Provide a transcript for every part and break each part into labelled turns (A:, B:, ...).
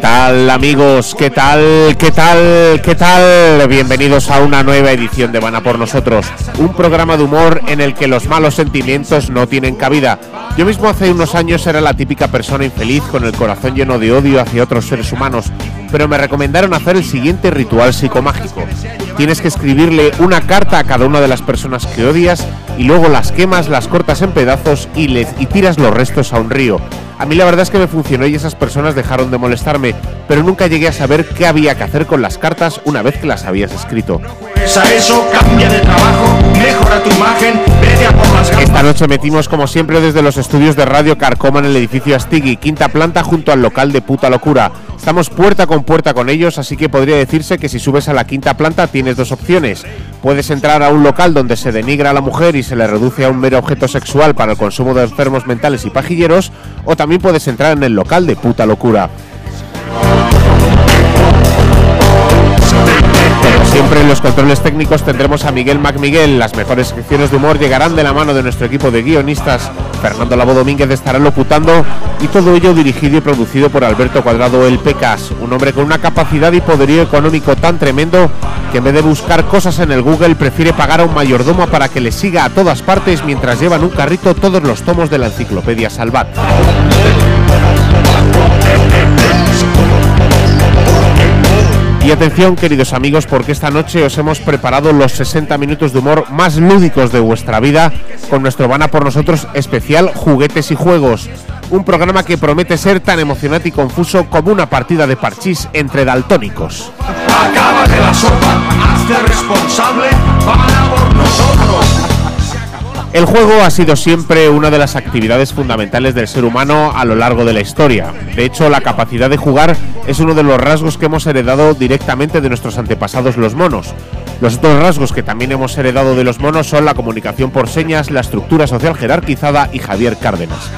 A: tal amigos? ¿Qué tal? ¿Qué tal? ¿Qué tal? Bienvenidos a una nueva edición de Van por nosotros, un programa de humor en el que los malos sentimientos no tienen cabida. Yo mismo hace unos años era la típica persona infeliz con el corazón lleno de odio hacia otros seres humanos, pero me recomendaron hacer el siguiente ritual psicomágico. Tienes que escribirle una carta a cada una de las personas que odias y luego las quemas, las cortas en pedazos y, les, y tiras los restos a un río. A mí la verdad es que me funcionó y esas personas dejaron de molestarme, pero nunca llegué a saber qué había que hacer con las cartas una vez que las habías escrito.
B: Pues
A: Esta noche metimos como siempre desde los estudios de Radio Carcoma en el edificio Astigui, quinta planta junto al local de puta locura. Estamos puerta con puerta con ellos, así que podría decirse que si subes a la quinta planta tienes dos opciones. Puedes entrar a un local donde se denigra a la mujer y se le reduce a un mero objeto sexual para el consumo de enfermos mentales y pajilleros, o también puedes entrar en el local de puta locura. Pero siempre en los controles técnicos tendremos a Miguel MacMiguel. Las mejores secciones de humor llegarán de la mano de nuestro equipo de guionistas. Fernando Labo Domínguez estará locutando y todo ello dirigido y producido por Alberto Cuadrado El Pecas, un hombre con una capacidad y poderío económico tan tremendo que en vez de buscar cosas en el Google prefiere pagar a un mayordomo para que le siga a todas partes mientras lleva en un carrito todos los tomos de la enciclopedia Salvat. Y atención, queridos amigos, porque esta noche os hemos preparado los 60 minutos de humor más lúdicos de vuestra vida con nuestro Vana por nosotros especial Juguetes y Juegos. Un programa que promete ser tan emocionante y confuso como una partida de parchís entre daltónicos.
B: Acábate la sopa, hazte responsable, Vana por nosotros.
A: El juego ha sido siempre una de las actividades fundamentales del ser humano a lo largo de la historia. De hecho, la capacidad de jugar es uno de los rasgos que hemos heredado directamente de nuestros antepasados los monos. Los otros rasgos que también hemos heredado de los monos son la comunicación por señas, la estructura social jerarquizada y Javier Cárdenas.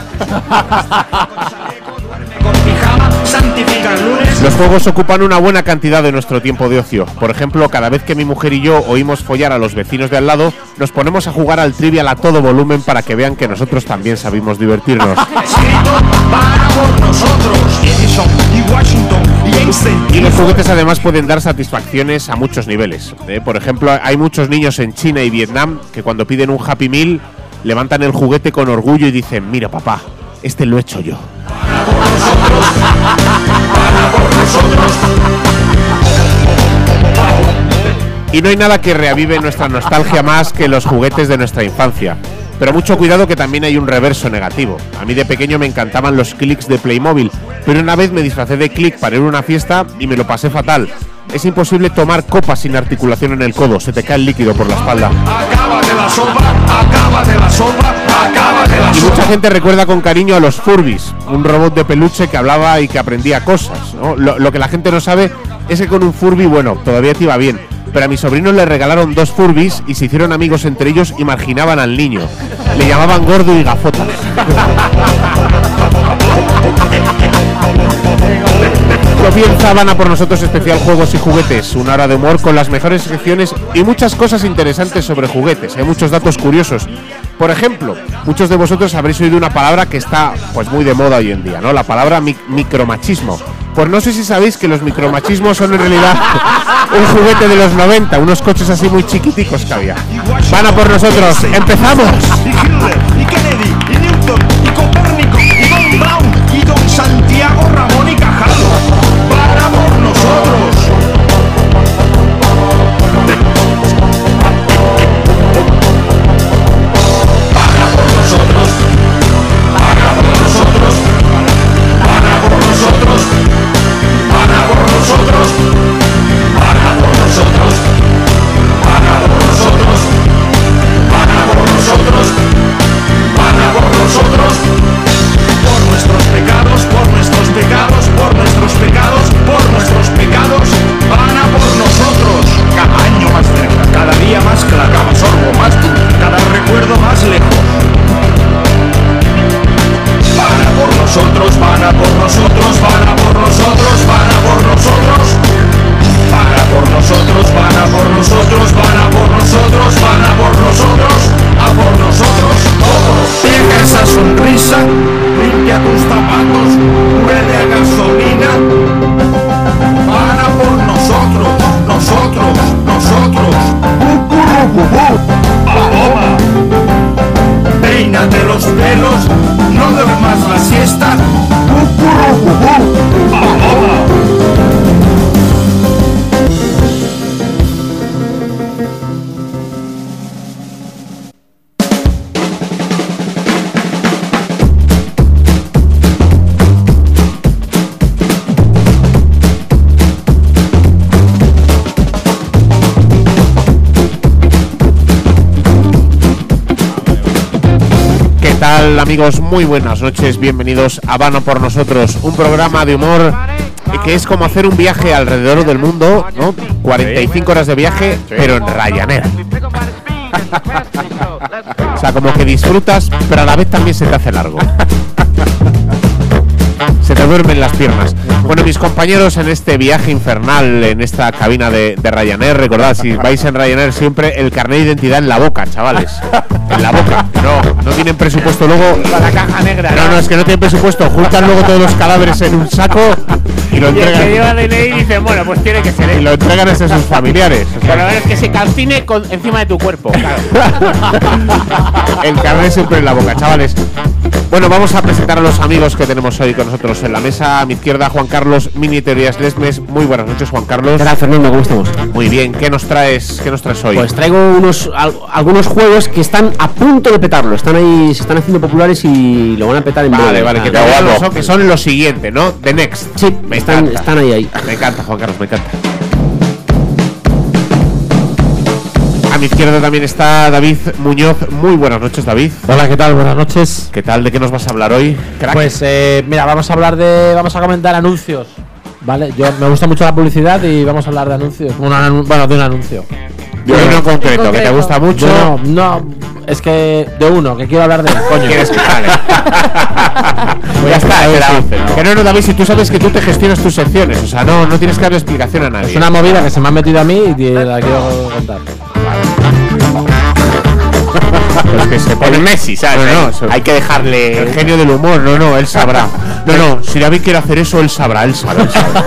A: Los juegos ocupan una buena cantidad de nuestro tiempo de ocio. Por ejemplo, cada vez que mi mujer y yo oímos follar a los vecinos de al lado, nos ponemos a jugar al trivial a todo volumen para que vean que nosotros también sabemos divertirnos. Y los juguetes además pueden dar satisfacciones a muchos niveles. ¿eh? Por ejemplo, hay muchos niños en China y Vietnam que cuando piden un Happy Meal levantan el juguete con orgullo y dicen, mira papá, este lo he hecho yo. Y no hay nada que reavive nuestra nostalgia más que los juguetes de nuestra infancia. Pero mucho cuidado que también hay un reverso negativo. A mí de pequeño me encantaban los clics de Playmobil, pero una vez me disfracé de click para ir a una fiesta y me lo pasé fatal. Es imposible tomar copas sin articulación en el codo, se te cae el líquido por la espalda.
B: la sopa, acábate la sopa, acábate la
A: Y
B: sopa.
A: mucha gente recuerda con cariño a los Furbies, un robot de peluche que hablaba y que aprendía cosas. ¿no? Lo, lo que la gente no sabe es que con un Furby, bueno, todavía te iba bien. Pero a mis sobrinos le regalaron dos Furbies y se hicieron amigos entre ellos y marginaban al niño. Le llamaban gordo y gafota. Comienza Habana por nosotros especial Juegos y Juguetes, una hora de humor con las mejores secciones y muchas cosas interesantes sobre juguetes. Hay muchos datos curiosos. Por ejemplo, muchos de vosotros habréis oído una palabra que está pues muy de moda hoy en día, ¿no? La palabra mic- micromachismo. Pues no sé si sabéis que los micromachismos son en realidad un juguete de los 90, unos coches así muy chiquiticos que había. Van a por nosotros, empezamos.
B: Y Hitler, y Kennedy, y Newton, y Copérnico, y Von Braun, y Don Santiago Ramón y Cajal. Para por nosotros. caramelos, no duermas la siesta. Cucurrucucú. Ah, ah.
A: ¿Qué tal amigos? Muy buenas noches, bienvenidos a Habana por Nosotros, un programa de humor eh, que es como hacer un viaje alrededor del mundo, ¿no? 45 horas de viaje, pero en Ryanair. O sea, como que disfrutas, pero a la vez también se te hace largo. Se te duermen las piernas. Bueno, mis compañeros en este viaje infernal, en esta cabina de, de Ryanair, recordad, si vais en Ryanair siempre el carnet de identidad en la boca, chavales. En la boca. No, no tienen presupuesto luego.
C: Con la caja negra.
A: No, no, es que no tienen presupuesto. Juntan luego todos los cadáveres en un saco y lo
C: Y el que lleva
A: entregan,
C: de ley dicen, bueno, pues tiene que ser
A: y
C: él.
A: lo entregan a sus familiares. O
C: Por
A: sea,
C: lo menos que se calcine con- encima de tu cuerpo. Claro.
A: El carnet siempre en la boca, chavales. Bueno, vamos a presentar a los amigos que tenemos hoy con nosotros en la mesa. A mi izquierda, Juan Carlos, Mini Teorías Lesmes. Muy buenas noches, Juan Carlos.
D: ¿Qué tal, Fernando? ¿Cómo estamos?
A: Muy bien, ¿qué nos traes, qué nos traes hoy?
D: Pues traigo unos al- algunos juegos que están a punto de petarlo. Están ahí, se están haciendo populares y lo van a petar en
A: vale,
D: breve.
A: vale, que,
D: Ah,
A: te digan los- que son lo siguiente, ¿no? The Next.
D: Sí,
A: me
D: están,
A: encanta.
D: están ahí, ahí.
A: Me encanta, Juan Carlos, me encanta. A mi izquierda también está David Muñoz. Muy buenas noches, David.
E: Hola, ¿qué tal? Buenas noches.
A: ¿Qué tal? ¿De qué nos vas a hablar hoy? Crack.
E: Pues eh, mira, vamos a hablar de. Vamos a comentar anuncios. Vale, yo me gusta mucho la publicidad y vamos a hablar de anuncios. Un anu- bueno, de un anuncio.
A: de uno en concreto, que te
E: concreto.
A: gusta mucho.
E: Yo no, no, es que de uno, que quiero hablar de coño.
A: ¿Quieres que vale.
E: Voy
A: eh. ya
E: a
A: está,
E: hacer
A: espera,
E: avance,
A: avance.
E: ¿no?
A: Que no, no, David, si tú sabes que tú te gestionas tus secciones, o sea, no, no tienes que darle explicación a nadie.
E: Es una movida que se me ha metido a mí y la quiero contar.
A: Pues que se pone-
F: Messi, ¿sabes?
A: No, no,
F: Ahí-
A: eso-
F: hay que dejarle.
A: El genio del humor, no, no, él sabrá. No, no, si David quiere hacer eso, él sabrá, él sabrá, él sabrá.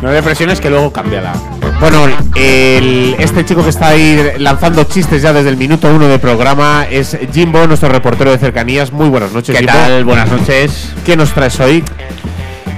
F: No le presiones que luego cambia la.
A: Bueno, el- este chico que está ahí lanzando chistes ya desde el minuto uno de programa es Jimbo, nuestro reportero de cercanías. Muy buenas noches,
F: ¿Qué
A: Jimbo.
F: tal? Buenas noches.
A: ¿Qué nos traes hoy?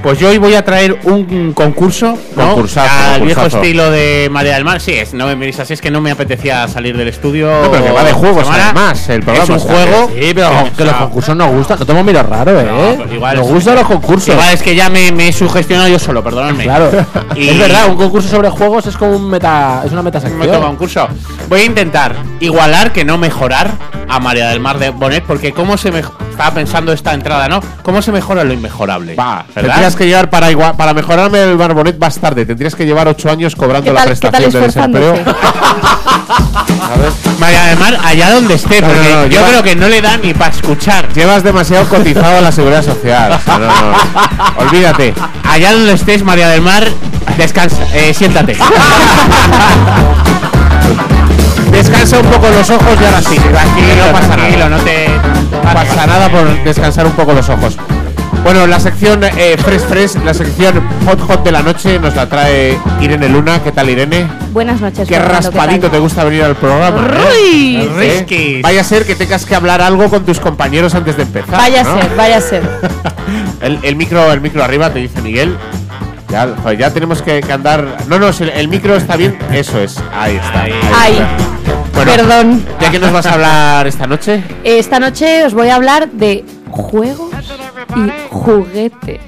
F: Pues yo hoy voy a traer un concurso, ¿no?
A: Concursazo,
F: al
A: concursazo.
F: viejo estilo de María del Mar. Sí, es, no me miréis así, es que no me apetecía salir del estudio.
A: No, pero que va de juegos,
F: Semana.
A: además, el programa
F: Es un
A: está
F: juego.
A: bien.
E: Sí, pero que los concursos nos gustan. No tenemos miro raro, ¿eh?
F: No, pues igual
E: nos
F: es-
E: gustan los concursos.
F: Igual es que ya me, me he sugestionado yo solo, perdonadme.
E: Claro.
F: Y-
E: Es verdad, un concurso sobre juegos es como un meta. Es una meta
F: Me toca un curso. Voy a intentar igualar, que no mejorar, a María del Mar de Bonet, porque cómo se me estaba pensando esta entrada, ¿no? ¿Cómo se mejora lo inmejorable?
A: Va,
F: ¿verdad?
A: tendrías que llevar para igua- para mejorarme el barbonet más tarde. Tendrías que llevar ocho años cobrando
G: ¿Qué
A: la
G: tal- qué tal
A: prestación de desempleo.
G: esforzándose?
F: María del Mar, allá donde esté,
A: No, no,
F: porque
A: no,
F: yo
A: lleva-
F: creo que no le da ni para escuchar.
A: Llevas demasiado cotizado a la seguridad social. O sea, no, no. Olvídate.
F: Allá donde estés, María del Mar, descansa, eh, siéntate.
A: Descansa un poco los ojos y ahora sí. Aquí no pasa nada.
F: Tranquilo, no te.
A: pasa nada por descansar un poco los ojos. Bueno, la sección eh, Fresh Fresh, la sección Hot Hot de la noche nos la trae Irene Luna. ¿Qué tal, Irene?
G: Buenas noches.
A: Qué
G: Fernando,
A: raspadito te
G: tal?
A: gusta venir al programa.
G: Uy.
A: ¿Eh?
F: Risquis.
A: Vaya a ser que tengas que hablar algo con tus compañeros antes de empezar.
G: Vaya a
A: ¿no?
G: ser, vaya a ser.
A: El, el micro, el micro arriba, te dice Miguel. Ya, joder, ya tenemos que, que andar. No, no, si el, el micro está bien. Eso es. Ahí está. ahí
G: Ay,
A: está. Bueno,
G: perdón.
A: ¿De qué nos vas a hablar esta noche?
G: Esta noche os voy a hablar de juegos y juguetes.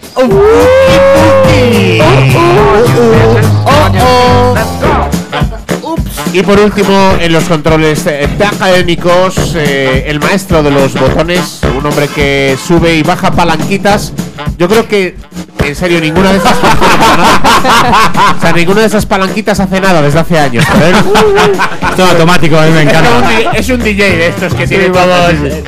A: Y por último, en los controles eh, de académicos, eh, el maestro de los botones, un hombre que sube y baja palanquitas. Yo creo que, en serio, ninguna de esas funciona para nada. O sea, ninguna de esas palanquitas hace nada desde hace años. pero él-
F: Todo automático, eh. a mí me encanta. Es un DJ de estos que tiene todo.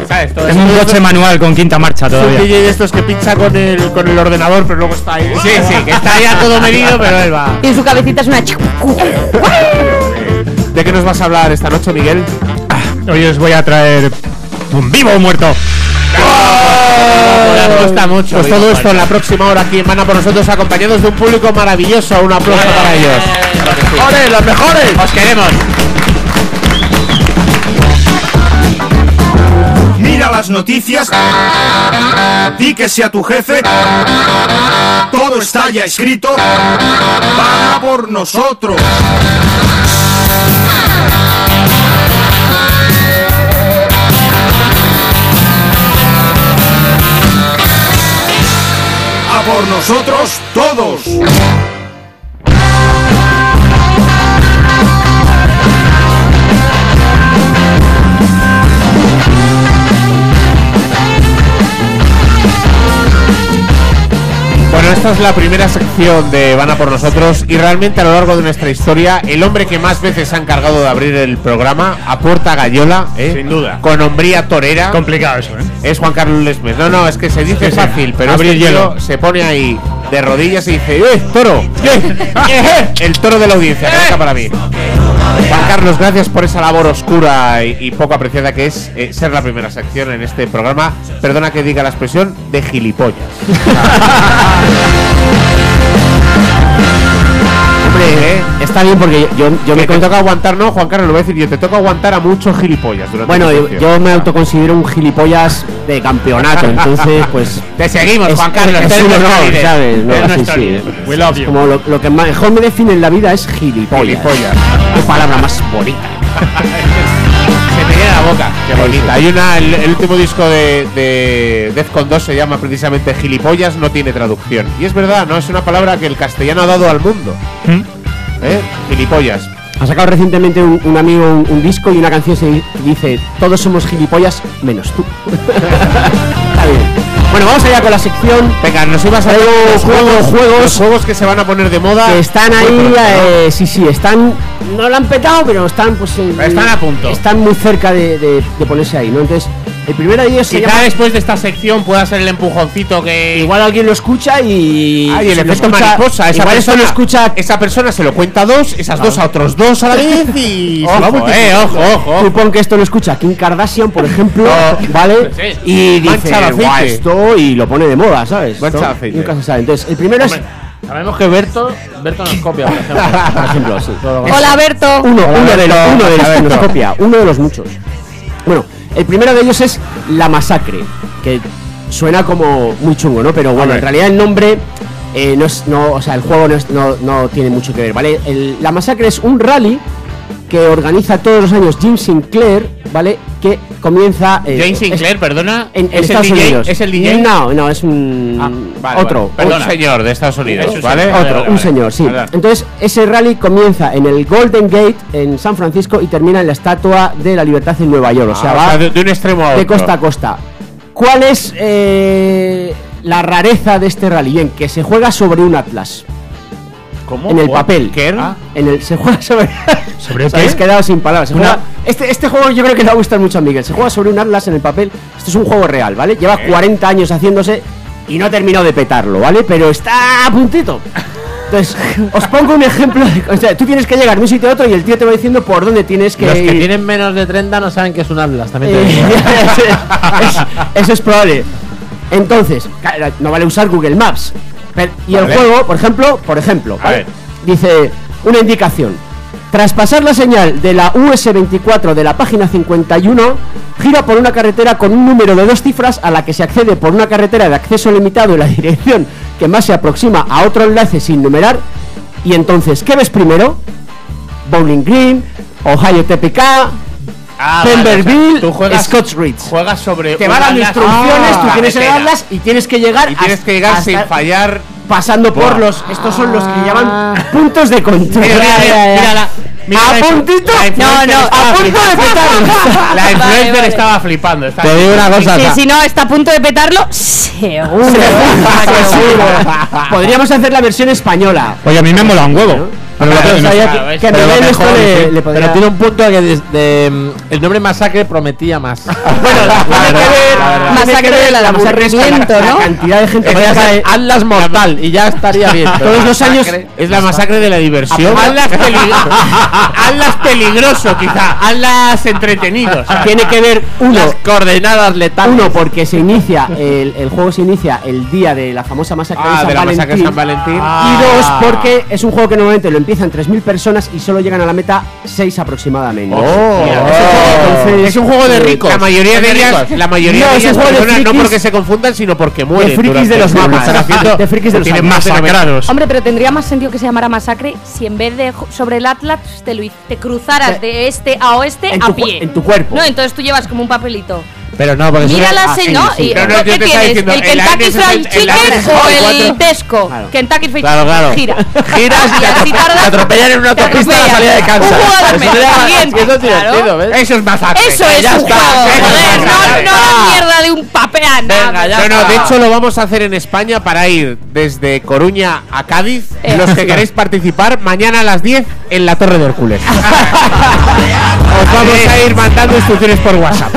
F: ¿Sabes? Todo eso.
D: coche manual con quinta marcha
A: Es un DJ de estos que pincha con el, con el ordenador, pero luego está ahí.
F: Sí, sí, que está ya todo medido, pero él va.
G: Y en su cabecita es una chica.
A: ¿De qué nos vas a hablar esta noche, Miguel?
D: Hoy os voy a traer un vivo o muerto.
F: Me gusta mucho.
A: Pues todo esto en la próxima hora aquí en Mana por nosotros, acompañados de un público maravilloso. Un aplauso para ellos.
F: ¡Mejores, los mejores! ¡Os queremos!
B: Mira las malas noticias, di que sea tu jefe, todo está ya escrito, paga por nosotros. A por nosotros todos.
A: Bueno, esta es la primera sección de Van a por nosotros y realmente a lo largo de nuestra historia el hombre que más veces se ha encargado de abrir el programa aporta gallola, ¿eh?
H: Sin duda.
A: con hombría torera.
H: Complicado eso, ¿eh?
A: es Juan Carlos Lesmes. No, no, es que se dice
H: Sí, sí.
A: fácil, pero
H: Abrir
A: este
H: hielo.
A: tío se pone ahí de rodillas y dice, ¡eh, toro! ¡Eh! ¡Eh! El toro de la audiencia, que venga para mí. Juan Carlos, gracias por esa labor oscura y, y poco apreciada que es eh, ser la primera sección en este programa. Perdona que diga la expresión de gilipollas. Hombre, ¿eh?
D: Está bien porque yo, yo me
A: Que te
D: conto.
A: toca aguantar, no, Juan Carlos, lo voy a decir yo, te toca aguantar a muchos gilipollas durante
D: Bueno,
A: la
D: yo,
A: sección.
D: yo me autoconsidero un gilipollas de campeonato, entonces pues.
F: Te seguimos, Juan Carlos.
D: es
F: eres
D: un
F: nuestro
D: honor,
F: líder.
D: ¿sabes? No,
F: Eres
D: sí,
F: nuestro
D: sí.
F: líder.
H: We love you.
D: Como lo, lo que mejor me define en la vida es gilipollas.
A: Gilipollas.
D: Qué palabra más bonita.
F: Se te llena la boca.
A: Qué bonita. Hay una, el, el último disco de, de Defcon 2 se llama precisamente Gilipollas, no tiene traducción. Y es verdad, no es una palabra que el castellano ha dado al mundo.
H: ¿Mm?
A: ¿Eh? Gilipollas.
D: Ha sacado recientemente un, un amigo un, un disco y una canción se di- dice Todos somos gilipollas menos tú. Está bien. Bueno, vamos allá con la sección
A: Venga, nos ibas a
D: Juego,
A: los
D: juego, juegos.
A: los juegos que se van a poner de moda.
D: que están
A: Ah. Muy
D: ahí,
A: pronto, ¿no?
D: eh, sí, sí, están, no lo han petado, pero están pues en-
F: Están a punto.
D: Están muy cerca de, de- de ponerse ahí, ¿no? Entonces, el primero de ellos se
F: Quizá
D: llama-
F: después de esta sección pueda ser el empujoncito que.
D: Igual alguien lo escucha
A: Ay,
D: y...
A: Ah, el
D: si lo
A: efecto
D: escucha-
A: mariposa. Esa
D: igual esto
A: persona,
D: lo escucha
A: esa persona se lo cuenta a dos, esas dos a otros dos a la vez y.
F: Ojo, eh, ojo, ojo, ojo.
D: Supón que esto lo escucha Kim Kardashian, por ejemplo, ¿vale?
F: Sí.
D: Y
A: Mancha
D: dice,
A: el aceite.
D: "Guau, esto y lo pone de moda, ¿sabes?
A: Mancha
D: Esto
A: el aceite.
D: Nunca se sabe. Entonces, el primero es
E: Sabemos que Berto, Berto nos copia, por ejemplo.
D: por ejemplo, sí.
E: Todo lo que-
G: Hola, Berto.
D: uno, uno de los, uno de los que nos
A: Alberto.
D: copia, uno de los muchos. Bueno, el primero de ellos es La Masacre, que suena como muy chungo, ¿no? Pero bueno, en realidad el nombre eh, no es, no, o sea, el juego no, es- no, no tiene mucho que ver, ¿vale? El- la Masacre es un rally que organiza todos los años Jim Sinclair, ¿vale? Que comienza. eh,
F: James
D: es-
F: Sinclair, perdona.
D: En, en
F: ¿Es, el
D: Estados
F: DJ?
D: Unidos.
F: ¿Es el DJ?
D: No, no, es un.
F: vale,
D: otro.
F: vale.
A: Un señor de Estados
F: Es
A: Unidos,
F: un
A: ¿vale?
F: señor.
D: Otro,
F: vale,
D: un
F: vale.
D: señor, sí.
A: Vale.
D: Entonces, ese rally comienza en el Golden Gate en San Francisco y termina en la Estatua de la Libertad en Nueva York. O sea,
A: Ah,
D: va
A: o sea, de, de un extremo a otro.
D: de costa a costa. ¿Cuál es eh, la rareza de este rally? Bien, que se juega sobre un atlas.
F: ¿Cómo?
D: En el papel.
F: ¿Qué?
D: Ah. En el, se juega sobre.
H: ¿Sobre
D: os habéis
H: qué?
D: quedado sin palabras. Se
F: Una-
D: juega- este, este juego yo creo que le va a gustar mucho a Miguel. Se juega sobre un atlas en el papel. Esto es un juego real, ¿vale? Lleva 40 años haciéndose y no ha terminado de petarlo, ¿vale? Pero está a puntito. Entonces, os pongo un ejemplo. de- o sea, tú tienes que llegar de un sitio a otro y el tío te va diciendo por dónde tienes que
E: Los que
D: ir.
E: tienen menos de 30 no saben que es un Atlas, también te
D: Eh,
E: digo.
D: eso- eso es probable. Entonces, claro, no vale usar Google Maps. Pero- y el
A: Vale.
D: juego, por ejemplo, por ejemplo,
A: A
D: ¿vale?
A: ver.
D: dice una indicación. Tras pasar la señal de la US24 de la página 51, gira por una carretera con un número de dos cifras a la que se accede por una carretera de acceso limitado en la dirección que más se aproxima a otro enlace sin numerar. Y entonces, ¿qué ves primero? Bowling Green, Ohio TPK,
F: Ah, vale, o sea,
D: Pemberville,
F: tú juegas,
D: Scotch Ridge.
F: juegas sobre.
D: Te
F: un
D: van dando
F: atlas-
D: instrucciones,
F: Ah,
D: tú tienes que
F: carretera.
D: darlas y tienes que llegar
A: Y tienes
D: hasta-
A: que llegar sin
D: hasta-
A: fallar.
D: pasando por los estos son los que llaman puntos de control.
F: Ah. Mira, mira, mira, mira la- mira la
D: a
F: influ-
D: puntito,
F: la
D: no,
F: influencer
D: no,
F: estaba
D: a punto de petarlo.
F: La
G: Vale,
F: influencer
G: vale.
F: estaba flipando. está-
D: Te digo una cosa,
G: Que
D: ta-
G: si no está a punto de petarlo, seguro.
D: Podríamos hacer la versión española. Pues
H: Oye, a mí me mola un huevo. Pero lo
D: Pero
H: tengo, no
D: sabía
H: sé.
F: claro,
D: que-
F: es-
D: que
E: Pero,
D: Miguel
E: lo
D: esto
E: mejor,
D: le-
E: sí.
D: le podría-
E: Pero tiene un punto que desde mm, el nombre Masacre prometía más.
D: Bueno, la,
E: tiene que ver
G: masacre del aburrimiento,
D: La
G: ¿no?
D: cantidad de gente que
E: Podría
D: sabe-
E: ser Atlas Mortal y ya estaría bien. pero
D: todos los años
A: Es la masacre de la diversión.
F: Hazlas, peli- hazlas peligroso, quizá. Hazlas entretenido. ¿sabes?
D: tiene que ver uno
E: Las coordenadas letales.
D: Uno, porque se inicia, el, el juego se inicia el día de la famosa masacre
A: Ah,
D: de San
A: de la
D: Valentín.
A: masacre de San Valentín. Ah.
D: Y dos, porque es un juego que normalmente lo, empiezan 3.000 personas y solo llegan a la meta 6 aproximadamente.
A: Oh,
F: es un juego
D: eh, Oh.
F: de ricos.
A: La mayoría de ellas, la mayoría
D: No,
A: de
D: es un
A: ellas
D: juego de
A: personas, no
D: frikis.
A: porque se confundan, sino porque mueren.
D: de frikis
A: durante
D: de los
A: el juego.
D: mapas.
A: Están haciendo-
D: De frikis de los
A: tienen
D: mapas.
A: más sacrado.
H: masacrados.
I: Hombre, pero tendría más sentido que se llamara masacre si en vez de jo- sobre el Atlas te, lo hi- te cruzaras de este a oeste
D: En
I: a
D: tu cu-
I: pie.
D: en tu cuerpo.
I: No, entonces tú llevas como un papelito.
E: Pero no, porque
I: Mira
E: eso-
I: la
E: Ah, sí,
I: señal,
E: sí,
I: ¿y
E: claro.
A: no, yo
I: ¿qué
A: te
I: tienes?
A: estaba diciendo,
I: ¿El
A: el
I: Kentucky
A: Andes es el-
I: Fried
A: el Andes
I: Chicken
A: es
I: o
A: cuatro.
I: el Tesco?
D: Claro.
I: Kentucky Fried
E: Claro, claro.
I: Gira.
E: Giras
I: Y
E: y
I: así
E: atrope-
I: tardas-
E: te atropellan en una
I: te
E: autopista a la salida de
I: atropellan. Un
E: Kansas.
I: jugador
E: Eso
I: menos
E: era-
I: caliente,
E: eso es
I: claro.
E: divertido, ¿ves?
A: Eso es masacre.
I: Eso es
E: ya
I: un
E: está.
I: juego,
E: Venga,
I: joder,
E: venga,
I: no,
E: venga.
I: no la mierda de un papel. ah, no,
E: Venga, ya
A: No, no,
E: está.
A: de hecho lo vamos a hacer en España para ir desde Coruña a Cádiz.
I: Eh.
A: Los que queréis participar, mañana a las 10 en la Torre de Hércules. Os vamos a ir mandando instrucciones por WhatsApp.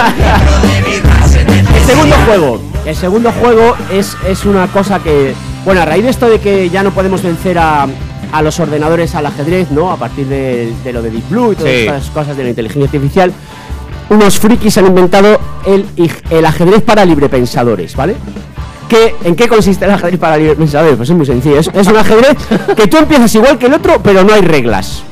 D: El segundo juego. El segundo juego es, es una cosa que. Bueno, a raíz de esto de que ya no podemos vencer a, a los ordenadores al ajedrez, ¿no? A partir de, de lo de Deep Blue y todas
A: Sí.
D: estas cosas de la inteligencia artificial, unos frikis han inventado el, ij- el ajedrez para librepensadores, ¿vale? ¿Qué, ¿En qué consiste el ajedrez para librepensadores? Pues es muy sencillo. Es, es un ajedrez que tú empiezas igual que el otro, pero no hay reglas.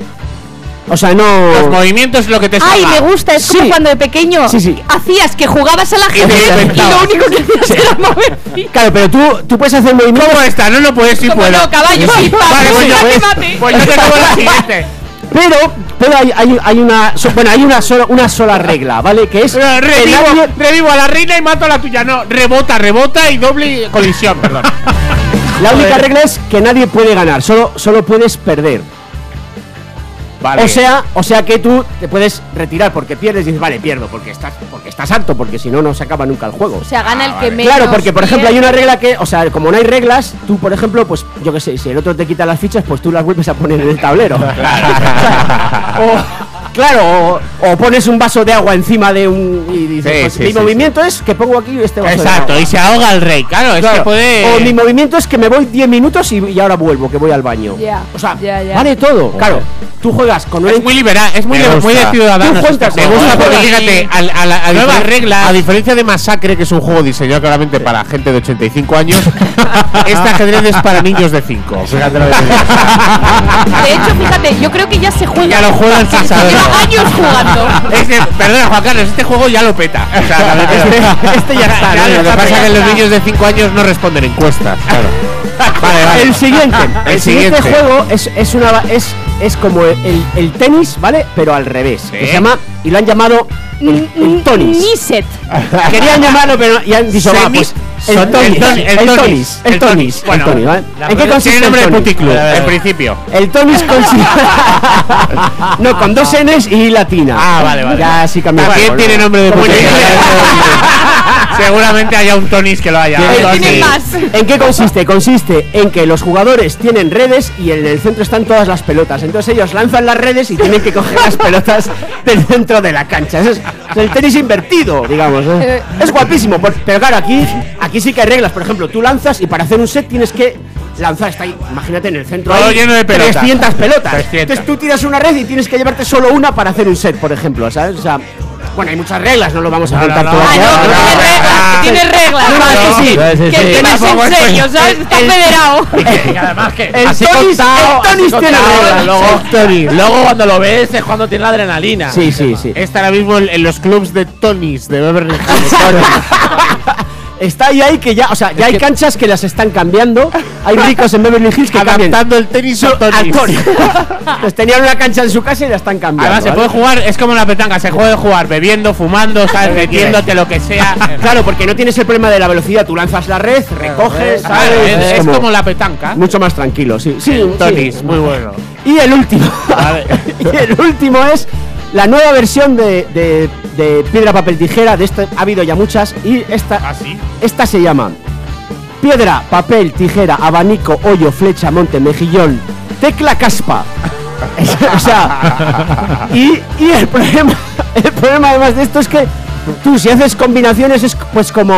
D: O sea, no.
F: Los movimientos lo que te
I: Ay,
F: salga.
I: me gusta, es como
D: Sí.
I: cuando de pequeño
D: Sí, sí.
I: hacías que jugabas a la
A: te
I: gente y lo
A: inventabas.
I: único que hacías era mover fichas.
D: Claro, pero tú, tú puedes hacer movimientos.
A: ¿Cómo está? No lo puedes si
I: Como
A: puedo.
I: no, caballo, sí,
A: Vale, pues yo-
I: mate, mate.
A: Pues yo te como la siguiente.
D: Pero, pero hay, hay, hay una, so- bueno, hay una sola, una sola regla, ¿vale? Que es
A: Eh,
D: que
A: Revivo,
D: nadie-
A: revivo a la reina y mato a la tuya. No, rebota, rebota y doble colisión, perdón.
D: la única regla es que nadie puede ganar, solo, solo puedes perder.
A: Vale.
D: O sea, o sea que tú te puedes retirar porque pierdes y dices, vale, pierdo porque estás porque estás harto, porque si no no se acaba nunca el juego.
I: O sea, gana el que menos.
D: Claro, porque por ejemplo hay
I: pierde.
D: una regla que, o sea, como no hay reglas, tú por ejemplo, pues yo qué sé, si el otro te quita las fichas, pues tú las vuelves a poner en el tablero. o, claro, o, o pones un vaso de agua encima de un y dices,
A: Sí,
D: pues,
A: sí,
D: mi
A: sí,
D: movimiento es que pongo aquí este vaso de
F: Exacto,
D: agua.
F: y se ahoga el rey, claro, es que
D: Claro.
F: puede.
D: O mi movimiento es que me voy 10 minutos y, y ahora vuelvo, que voy al baño.
I: Ya,
D: O sea,
I: ya, ya.
D: vale todo. Claro, tú juegas con un
F: Es muy liberal, es muy,
A: Me
F: liber-
A: gusta.
F: muy de ciudadanos. este,
D: Tú cuentas
F: Me
D: con-
F: gusta
D: con-
F: porque
A: Porque fíjate,
F: fíjate,
A: a, a la- a
F: Nuevas
A: diferen-
F: reglas.
A: a diferencia de Masacre, que es un juego diseñado claramente para gente de 85 años, este ajedrez es para niños de 5. Fíjate lo que te digo.
I: De hecho, fíjate, yo creo que ya se juega.
F: Ya lo juegan sin
I: Se
F: saberlo.
I: Lleva años jugando.
F: Este- perdona, Juan Carlos, este juego ya lo peta. O sea, la verdad es que-
D: Este- este ya está, ¿no?
F: lo
A: Lo que pasa es
F: es
A: que los niños de 5 años no responden encuestas, claro. Vale, vale.
D: El siguiente. El,
A: El
D: siguiente,
A: siguiente.
D: juego es, es una va- es, es como el, el- el tenis, ¿vale? Pero al revés. Que se llama. Y lo han llamado el, el Ah, tonis.
I: Niset.
D: Querían llamarlo, pero y han dicho, va,
F: Semi-
D: pues. El
F: son-
D: tonis.
F: el toni-
D: El
F: el
D: tonis.
F: tonis,
D: El
F: el
D: tonis.
F: tonis.
D: El
F: Bueno,
D: tonis, ¿vale?
F: la
D: ¿En qué
F: verdad-
D: consiste
A: Tiene
D: el
A: nombre de
D: tonis?
A: puticlub,
F: Vale, vale.
A: en principio.
D: El tonis consiste. no, con dos N's y latina.
F: Ah, vale, vale.
D: Ya así cambió.
A: También tiene nombre de
D: Como el
A: puticlub.
F: Seguramente haya un Tonis que lo haya.
D: Tiene-
F: Entonces-
I: Tienen más.
D: ¿En qué consiste? Consiste en que los jugadores tienen redes y en el centro están todas las pelotas. Entonces ellos lanzan las redes y tienen que coger las pelotas del centro de la cancha. Eso es, es el tenis invertido, digamos. ¿eh?
I: Eh.
D: Es guapísimo, por- pero claro, aquí, aquí sí que hay reglas. Por ejemplo, tú lanzas y para hacer un set tienes que lanzar. Está ahí, imagínate en el centro.
F: Todo
D: hay
F: lleno de pelotas.
D: 300 pelotas.
F: 300.
D: Entonces tú tiras una red y tienes que llevarte solo una para hacer un set, por ejemplo. ¿sabes? O sea, bueno, hay muchas reglas, no lo vamos a contar
F: no,
D: todas.
I: Ah,
D: ya.
I: no, que tiene reglas. Que tiene reglas.
D: No, no, es que sí.
I: Que el tema es en serio, ¿sabes? Está federado.
F: Y además que.
D: El
E: Así
D: Tonis,
E: contado,
D: el Tonis
E: así
D: tiene
E: contado,
D: reglas.
E: luego-
D: El Tonis.
E: Luego cuando lo ves es cuando tiene la adrenalina.
D: Sí, sí, sí.
A: Está ahora mismo en, en los clubs de Tonis de Beverly Hills.
D: Está ahí, ahí que ya, o sea, ya hay canchas que las están cambiando. Hay ricos en Beverly Hills que cambian
A: Adaptando el tenis a
D: al
A: Tonis.
D: Tonis. Pues tenían una cancha en su casa y la están cambiando.
F: Además, se
D: ¿vale?
F: puede jugar, es como la petanca, se puede jugar bebiendo, fumando, ¿sabes? metiéndote lo que sea.
D: Claro, porque no tienes el problema de la velocidad. Tú lanzas la red, recoges,
F: Claro,
D: ¿sabes?
F: es, es como la petanca.
D: Mucho más tranquilo, sí. Sí, sí.
F: Tonis, muy bueno.
D: Y el último. y el último es la nueva versión de, de- de piedra, papel, tijera. De esto ha habido ya muchas. Y esta, esta se llama piedra, papel, tijera, abanico, hoyo, flecha, monte, mejillón, tecla, caspa. o sea, y, y el problema, el problema además de esto es que tú si haces combinaciones es pues como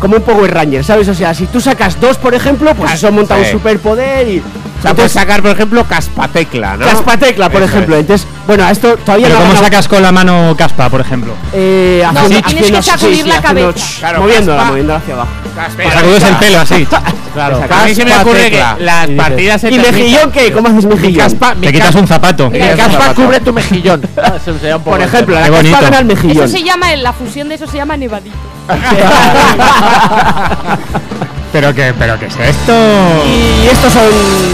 D: como un Power Ranger, ¿sabes? O sea, si tú sacas dos, por ejemplo, pues eso monta un superpoder y
F: O sea, puedes sacar, por ejemplo, Caspatecla, ¿no?
A: Caspatecla, por
F: Eso
A: ejemplo.
F: es.
A: Entonces, bueno, a esto todavía
D: Pero
A: no
D: ¿cómo
A: acaba-
D: sacas con la mano caspa, por ejemplo?
A: Eh, haciendo-
D: tienes
A: haciendo-
I: que sacudir la
A: haciendo-
I: cabeza.
A: shh,
F: Claro,
A: moviéndola,
F: caspa.
A: moviéndola hacia abajo.
D: Te sacudes el pelo así.
J: Claro.
A: Exacto.
J: A mí se me ocurre que
F: Caspa, tecla.
J: las
K: Y dices-
J: partidas se
A: ¿Y
J: terminan-
A: mejillón qué? ¿Cómo haces mejillón?
L: caspa,
D: Te quitas un zapato.
L: mi caspa cubre tu mejillón. Ah, eso sería un poco
A: por ejemplo, la
D: Qué
A: caspa
D: bonito.
A: gana el
I: Eso
A: mejillón.
I: se llama, la fusión de eso se llama nevadito.
D: Pero que, pero que es esto.
A: y estos son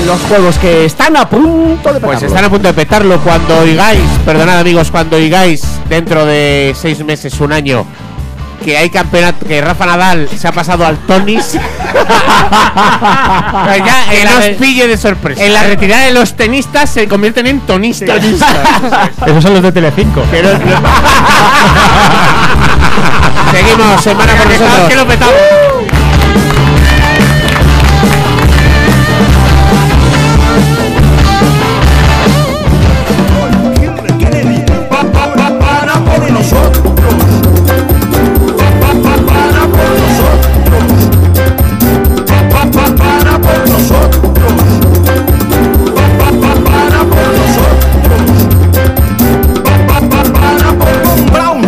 A: los juegos que están a punto de
F: Pues
A: petarlo.
F: están a punto de petarlo cuando oigáis, perdonad amigos, cuando oigáis dentro de seis meses, un año, que hay campeonato, que Rafa Nadal se ha pasado al Tonis. Pues ya, que
J: En la
F: nos
J: re-
F: pille de sorpresa.
J: En la retirada de los tenistas se convierten en tonistas.
D: Esos son los de Telecinco.
F: Pero- Seguimos, semana con nosotros.
J: que lo petamos.
B: Kennedy, pa, pa, pa, para por nosotros. Pa, pa, pa, para por nosotros. Pa, pa, pa, para por nosotros. Pa, pa, pa, para por nosotros. Pa, pa, pa, para por Von Braun.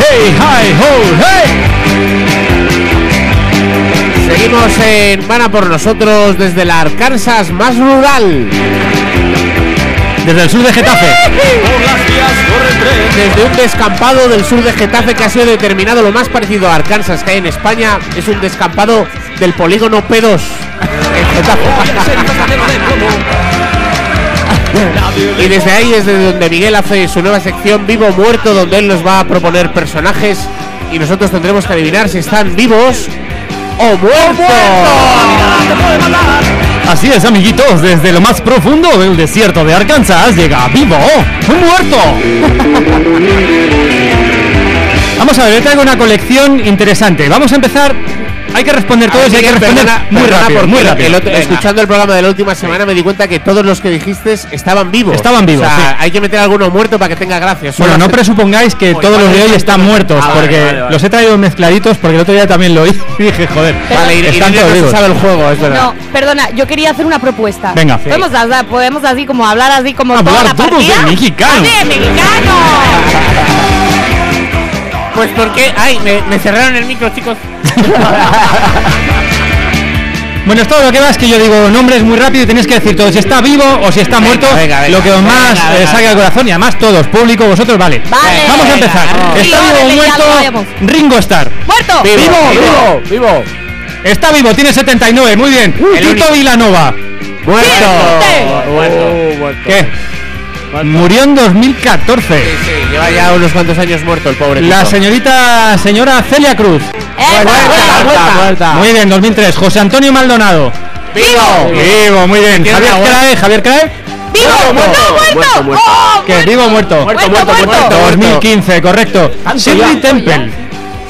D: Hey, hi, ho, hey.
F: Seguimos en Van a por nosotros desde la Arkansas más rural.
D: Desde el sur de Getafe.
F: Desde un descampado del sur de Getafe que ha sido determinado lo más parecido a Arkansas que hay en España es un descampado del polígono P2 en Getafe. Y desde ahí es desde donde Miguel hace su nueva sección Vivo o Muerto, donde él nos va a proponer personajes y nosotros tendremos que adivinar si están vivos o muertos.
D: Así es, amiguitos. Desde lo más profundo del desierto de Arkansas llega vivo un muerto. Vamos a ver, yo traigo una colección interesante. Vamos a empezar. Hay que responder todos y hay que responder
F: Perdona-
D: muy
F: perdona
D: rápido,
F: porque
D: muy
F: el-
D: rápido.
F: el otro-
D: Venga.
F: escuchando el programa de la última semana me di cuenta que todos los que dijiste estaban vivos.
D: Estaban vivos,
F: O sea,
D: sí.
F: hay que meter alguno muerto para que tenga gracia. Solo
D: Bueno, no
F: hace-
D: presupongáis que todos los de hoy están muertos,
F: Ah, vale,
D: porque
F: vale, vale.
D: los he traído mezcladitos, porque el otro día también lo oí y dije, joder,
F: Vale, Irene
D: están
F: no
D: todos
F: se
D: vivos.
F: sabe el juego, es verdad.
I: No, perdona, yo quería hacer una propuesta.
D: Venga. Sí.
I: Podemos, hablar- podemos así como hablar así como
D: Hablar
I: toda la
D: todos
I: partida.
D: del mexicano.
I: ¡Hablar del mexicano!
J: Pues porque. Ay, me, me cerraron el micro, chicos.
D: Bueno, esto lo que va es que yo digo nombres muy rápido y tenéis que decir todos si está vivo o si está muerto,
J: venga, venga,
D: lo que os
J: venga,
D: más
J: venga,
D: eh,
J: venga.
D: salga al corazón y además todos, público, vosotros, vale.
I: Vale.
D: Vamos a
I: Venga,
D: empezar.
I: vamos.
D: ¿Está vivo
I: Sí,
D: o
I: órale, ya lo
D: muerto?
I: vayamos.
D: Ringo Starr.
I: ¡Muerto!
D: vivo, vivo. Está vivo, tiene 79, muy bien. Tito Vilanova.
I: ¡Muerto!
D: ¿Qué? Murió en 2014.
F: Sí, sí, lleva ya unos cuantos años muerto el pobre.
D: La
F: tipo.
D: señorita señora Celia Cruz.
I: ¡Eh, muerto!
D: Muy bien, 2003. José Antonio Maldonado.
F: ¡Vivo!
D: Vivo, muy bien.
F: Tiene
D: Javier
F: una buena-
D: Crae, Javier Crae.
I: ¡Vivo! ¡No, muerto!
F: Muerto, muerto.
I: ¡Oh,
D: Que vivo o muerto.
I: muerto, muerto, muerto!
F: muerto.
D: 2015, correcto. Shirley Temple.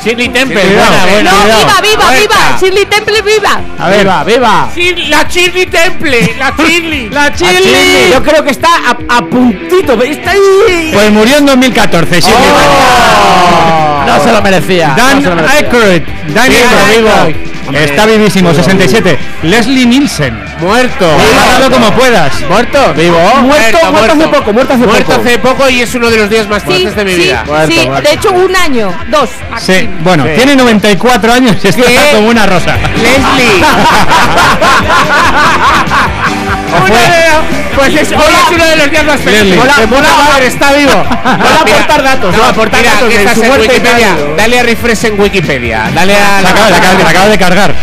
J: Shirley Temple,
D: Sí,
J: buena,
D: cuidado.
J: buena.
I: ¡No, viva, viva,
J: Muerta.
I: viva! ¡Shirley Temple, viva!
D: A ver, va, viva.
J: Sí, la Shirley Temple, la Shirley.
D: La Shirley.
A: Yo creo que está a, a puntito. Está ahí.
D: Pues murió en 2014, Shirley.
F: ¡Oh!
K: No se lo merecía.
D: Dan Aykroyd. Dan
F: Vivo,
D: Aykroyd.
F: vivo.
D: Hombre, Está vivísimo, 67. Leslie Nielsen.
F: Muerto.
D: Mátalo como puedas.
F: ¿Muerto? ¿Vivo?
A: Muerto, muerto hace poco, muerto hace
F: Muerto
A: poco.
F: hace poco y es uno de los días más
I: Sí,
F: tristes de mi
I: sí,
F: vida.
I: sí. De hecho, un año, dos.
D: Sí,
I: máximo.
D: bueno, tiene 94 años y está
F: ¿Qué?
D: como una rosa.
F: Leslie. pues es, hoy es uno de los días más felices.
D: eh. Leslie.
F: Mola, mola, ver, está vivo.
A: Mira,
F: Mola
A: no, mira, que
F: que
A: estás
F: estás
A: en
F: en Wikipedia.
A: Wikipedia.
F: Dale a refresh en Wikipedia. Dale a.
D: La acaba, la acaba- la acaba de cargar.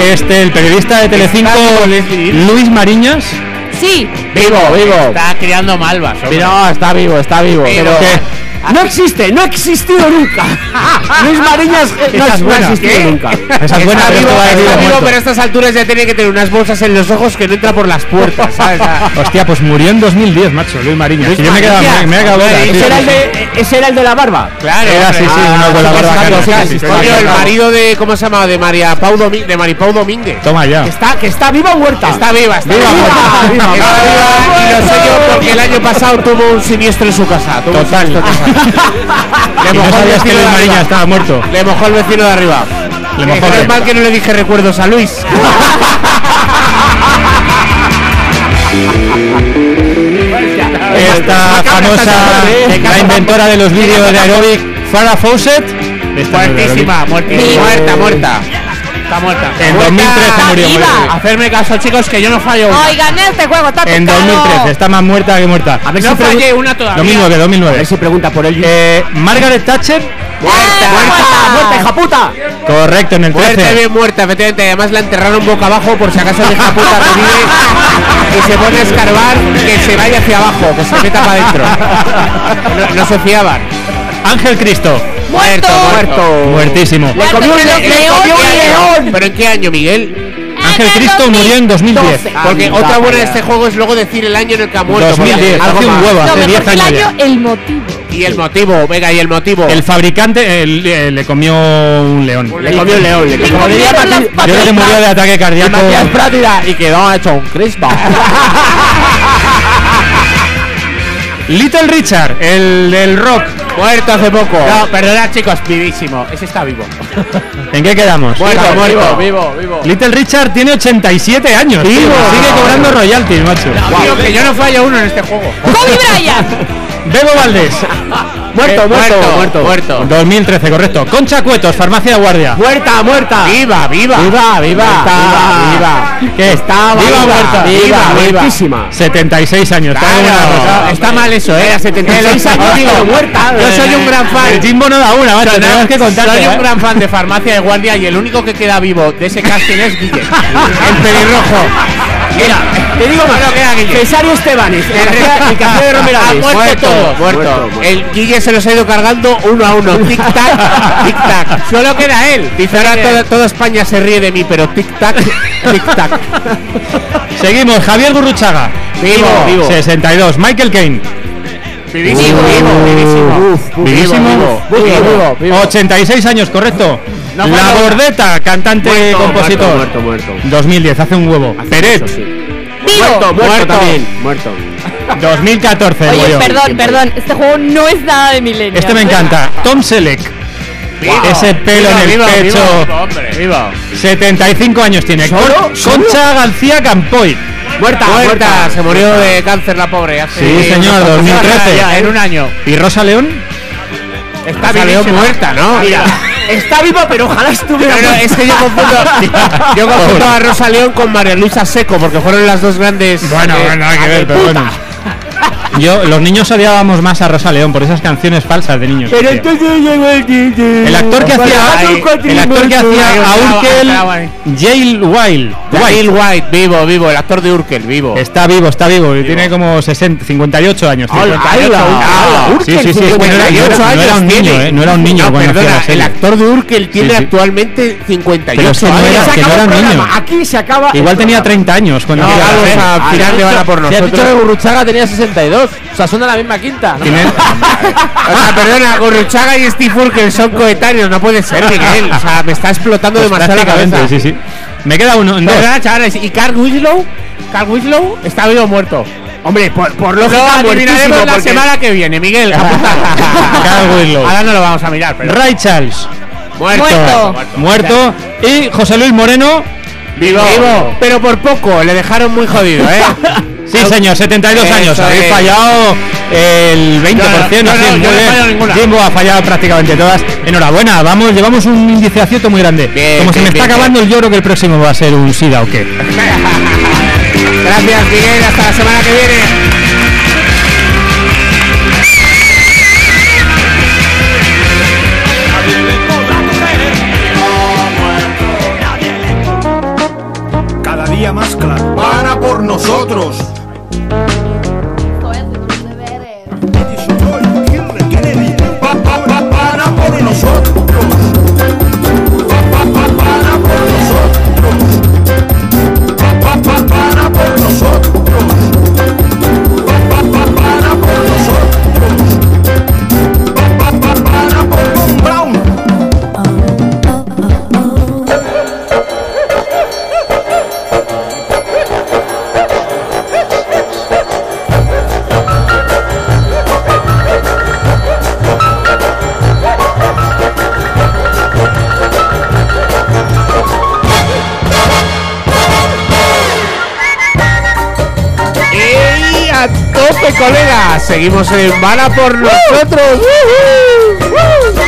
D: Este, el periodista de Telecinco, Luis Mariñas,
I: Sí,
F: Vivo, vivo.
J: Está criando malvas. hombre.
F: está vivo, está vivo.
J: Pero-
D: ¿Qué? No existe, no ha existido nunca. Luis Mariñas eh, no,
F: Esa es
D: no ha
F: buena.
D: existido
F: ¿Qué?
D: nunca.
F: Está
A: es buena, pero
F: vivo,
A: esto va a
F: está
A: decir
F: vivo,
A: muerto.
F: pero a estas alturas ya tiene que tener unas bolsas en los ojos que no entra por las puertas, ¿sabes? O sea,
A: Hostia, pues murió en 2010, macho, Luis Mariñas.
F: Luis
A: Que yo me he quedado-
F: Mariñas.
A: me he quedado
F: Hombre,
A: ahora,
D: Ese
A: tío.
D: era el de, eh, ese era el de la barba.
F: Claro,
A: Era,
F: hombre.
A: sí, sí,
F: Ah,
A: uno con la
F: pues,
A: barba
F: claro,
A: cana,
F: o sea,
A: sí, sí, sí,
F: coño,
A: sí,
F: el
A: sí.
F: marido de, ¿cómo se llamaba? De María Pau Domi- de Maripau Domínguez.
A: Toma ya.
D: Que está, que está viva o muerta.
F: Está viva, está viva.
D: Viva,
F: Está
D: viva,
F: viva,
D: viva.
F: y lo sé yo porque el año pasado tuvo un siniestro en su casa. tuvo un siniestro en su casa. Le
A: Y
F: mojó
A: no
F: el
A: sabías que
F: vecino
A: Luis
F: de
A: Mariñas
F: arriba.
A: estaba muerto.
F: Le mojó el vecino de arriba.
A: Le
F: Le
A: mojó
F: mojó.
A: el-
F: Es mal que no le dije recuerdos a Luis.
A: Esta famosa, la inventora de los vídeos de aeróbic, Farah Fawcett. Esta no es de aeróbic.
F: Muertísima, muertísima. Muerta, muerta. Está muerta.
A: En 2013 murió.
I: viva.
A: murió.
F: Hacerme caso, chicos, que yo no fallo. una.
I: Hoy gané este juego, está
A: En
I: tocado.
A: 2013, está más muerta que muerta. A ver
F: No fallé una
A: Lo
F: todavía.
A: mismo que 2009.
D: Se pregunta por él.
A: Eh, Margaret Thatcher,
F: Muerta,
D: ¡Muerta, muerta, hija puta!
A: correcto, en el
F: Muerta
A: 13.
F: bien muerta, efectivamente. Además la enterraron boca abajo por si acaso deja puta que vive y se pone a escarbar que se vaya hacia abajo, que se meta para adentro. No, no se fiaban.
A: Ángel Cristo,
I: ¡Muerto!
A: muertísimo.
I: Le comió un le- le comió un
F: león. ¿Pero en qué año,
I: Ah,
F: Miguel?
A: Ángel Cristo murió en 2010.
F: Porque otra buena de este juego es luego decir el año en el que ha muerto. porque
A: 2010,
F: algo
A: hace un
F: más.
A: huevo,
I: No,
A: hace
I: mejor
A: 10
I: que el
A: años.
I: año,
A: ya.
I: el motivo.
F: Y el motivo, venga, y el motivo.
A: El fabricante eh, le, le comió un león.
F: le comió un león, le comió
I: Como diría Matías- las
A: Yo creo que murió de ataque cardíaco.
F: y quedó hecho un crispa.
A: Little Richard, el del rock.
F: Muerto hace poco.
A: No,
F: perdona chicos, vivísimo. Ese está vivo.
A: ¿En qué quedamos?
F: Muerto, muerto.
M: Vivo, vivo.
A: Little Richard tiene 87 años. tío.
F: Vivo.
A: Sigue cobrando royalties, macho.
F: Tío, que yo no fallo uno en este juego.
I: ¡Kobe Bryant!
A: Bebo Valdés. Eh,
F: Muerto, muerto, muerto,
A: 2013, correcto. Concha Cuetos, farmacia de guardia.
F: Muerta, muerta. Viva, viva.
D: Viva, viva,
F: Muerta.
D: viva, viva.
A: ¿Qué?
D: Está
A: Viva, muerta.
D: viva,
F: Viva, viva.
D: muertísima.
A: 76 años.
F: Claro,
A: Está buena cosa.
F: está mal eso, eh. A 76 años digo, muerta. Yo soy un gran
A: El
F: fan.
A: Jimbo no da una, macho.
F: Soy-
A: Tenemos que contarte.
F: Soy
A: ¿eh?
F: un gran fan de Farmacia de Guardia y el único que queda vivo de ese casting es Guille. El pelirrojo. Mira, te digo más. queda Guille.
D: Cesario Estebanes, el que hacía- el que hacía de Romero
A: Ah,
F: Ha
D: Abril.
F: muerto, todo, muerto. El Guille se los ha ido cargando uno a uno. Tic tac, tic tac. Solo queda él. Dice ahora toda, toda España se ríe de mí, pero tic tac, tic tac.
A: Seguimos. Javier Gurruchaga.
F: Vivo, vivo.
A: 62. Michael Kane.
F: Vivísimo, vivo, vivísimo.
A: Vivísimo.
F: Vivo, vivo, vivo,
A: 86 años, correcto.
F: No,
A: La
F: falta una.
A: Bordeta, cantante
F: Muerto,
A: compositor.
D: Muerto, muerto.
A: 2010, hace un huevo. Peret,
I: ¡Vivo!
F: Muerto.
D: Muerto también, muerto.
A: 2014.
I: Oye,
A: murió.
I: perdón, perdón. Este juego no es nada de milenio.
A: Este me encanta. Tom Selleck.
F: Vivo.
A: Ese pelo en el
F: Vivo, vivo,
A: pecho.
F: vivo, hombre. Vivo.
A: 75 años tiene. Con- Concha García Campoy.
F: Muerta, muerta. Se murió de cáncer la pobre. hace-
A: Sí, señor,
F: Ya,
A: 2013.
F: ya, en un año.
A: ¿Y Rosa León?
F: Está vivísima. muerta, ¿no? Mira.
D: Está viva, pero ojalá estuviera.
F: No, no, es que yo confundo, yo confundo a Rosa León con María Luisa Seco, porque fueron las dos grandes.
A: Bueno,
F: eh,
A: bueno, nada que ver, pero bueno. Yo, los niños odiábamos más a Rosa León por esas canciones falsas de niños.
D: Pero
A: tío.
D: entonces llegó el DJ.
A: el actor que hacía,
F: hay-
A: el actor que
F: Hay
A: hacía
F: un
A: a
F: trago,
A: Urkel,
F: hay trago ahí.
A: Jail Wild.
F: Bill White, vivo, vivo, el actor de Urkel, vivo.
A: Está vivo, está vivo. y Tiene como 60, 58 años.
D: Ah,
A: tío.
F: ¡Hala!
A: Sí, sí, sí, es que no era, no era-
F: 58
A: no era un
F: años
A: niño,
F: tiene.
A: eh, no era un niño
F: No,
A: cuando hacía la
F: perdona, el
A: serie.
F: actor de Urkel tiene
A: sí.
F: actualmente 58
A: Pero es que no
F: años.
A: era-
F: Se
A: que no
F: acabó
A: era
F: el
A: un
F: programa.
A: niño.
D: Aquí se acaba.
A: Igual tenía 30 años cuando
F: No,
A: hacía la
F: vamos
A: serie.
F: a final de Van a por
M: Ya has dicho
F: nosotros.
M: que Gurruchaga tenía 62. O sea, son de la misma quinta. ¿no?
A: Tiene-
F: O sea, perdona, Gurruchaga y Steve Urkel son coetáneos, no puede ser, Miguel. O sea, me está explotando
A: pues
F: demasiado la cabeza.
A: prácticamente, sí, sí. Me queda uno. en dos.
F: Perdona, chavales, ¿y Carl Winslow? ¿Carl Winslow está vivo o muerto?
D: Hombre, por, por
F: Lo
D: lógica, muertísimo,
F: adivinaremos la
D: porque-
F: semana que viene, Miguel.
A: Carl Winslow.
F: Ahora no lo vamos a mirar, pero...
A: Ray Charles,
F: Muerto.
I: Muerto.
A: muerto. Y José Luis Moreno,
F: Vivo. Pero por poco, le dejaron muy jodido, ¿eh?
A: sí señor, 72
F: Eso
A: años. Habéis
F: es.
A: fallado el 20%.
F: No, no, no,
A: así, muy
F: no, yo no he
A: bien.
F: fallado ninguna.
A: Jimbo ha fallado prácticamente todas. Enhorabuena, vamos, llevamos un índice de acierto muy grande.
F: Bien,
A: Como se
F: bien,
A: me está
F: bien,
A: acabando, el yo creo que el próximo va a ser un SIDA o qué.
F: Gracias, Miguel. Hasta la semana que viene.
B: Cada día más claro. Van a por nosotros. Kennedy.
A: colegas, seguimos en Vana por nosotros. Uh-huh.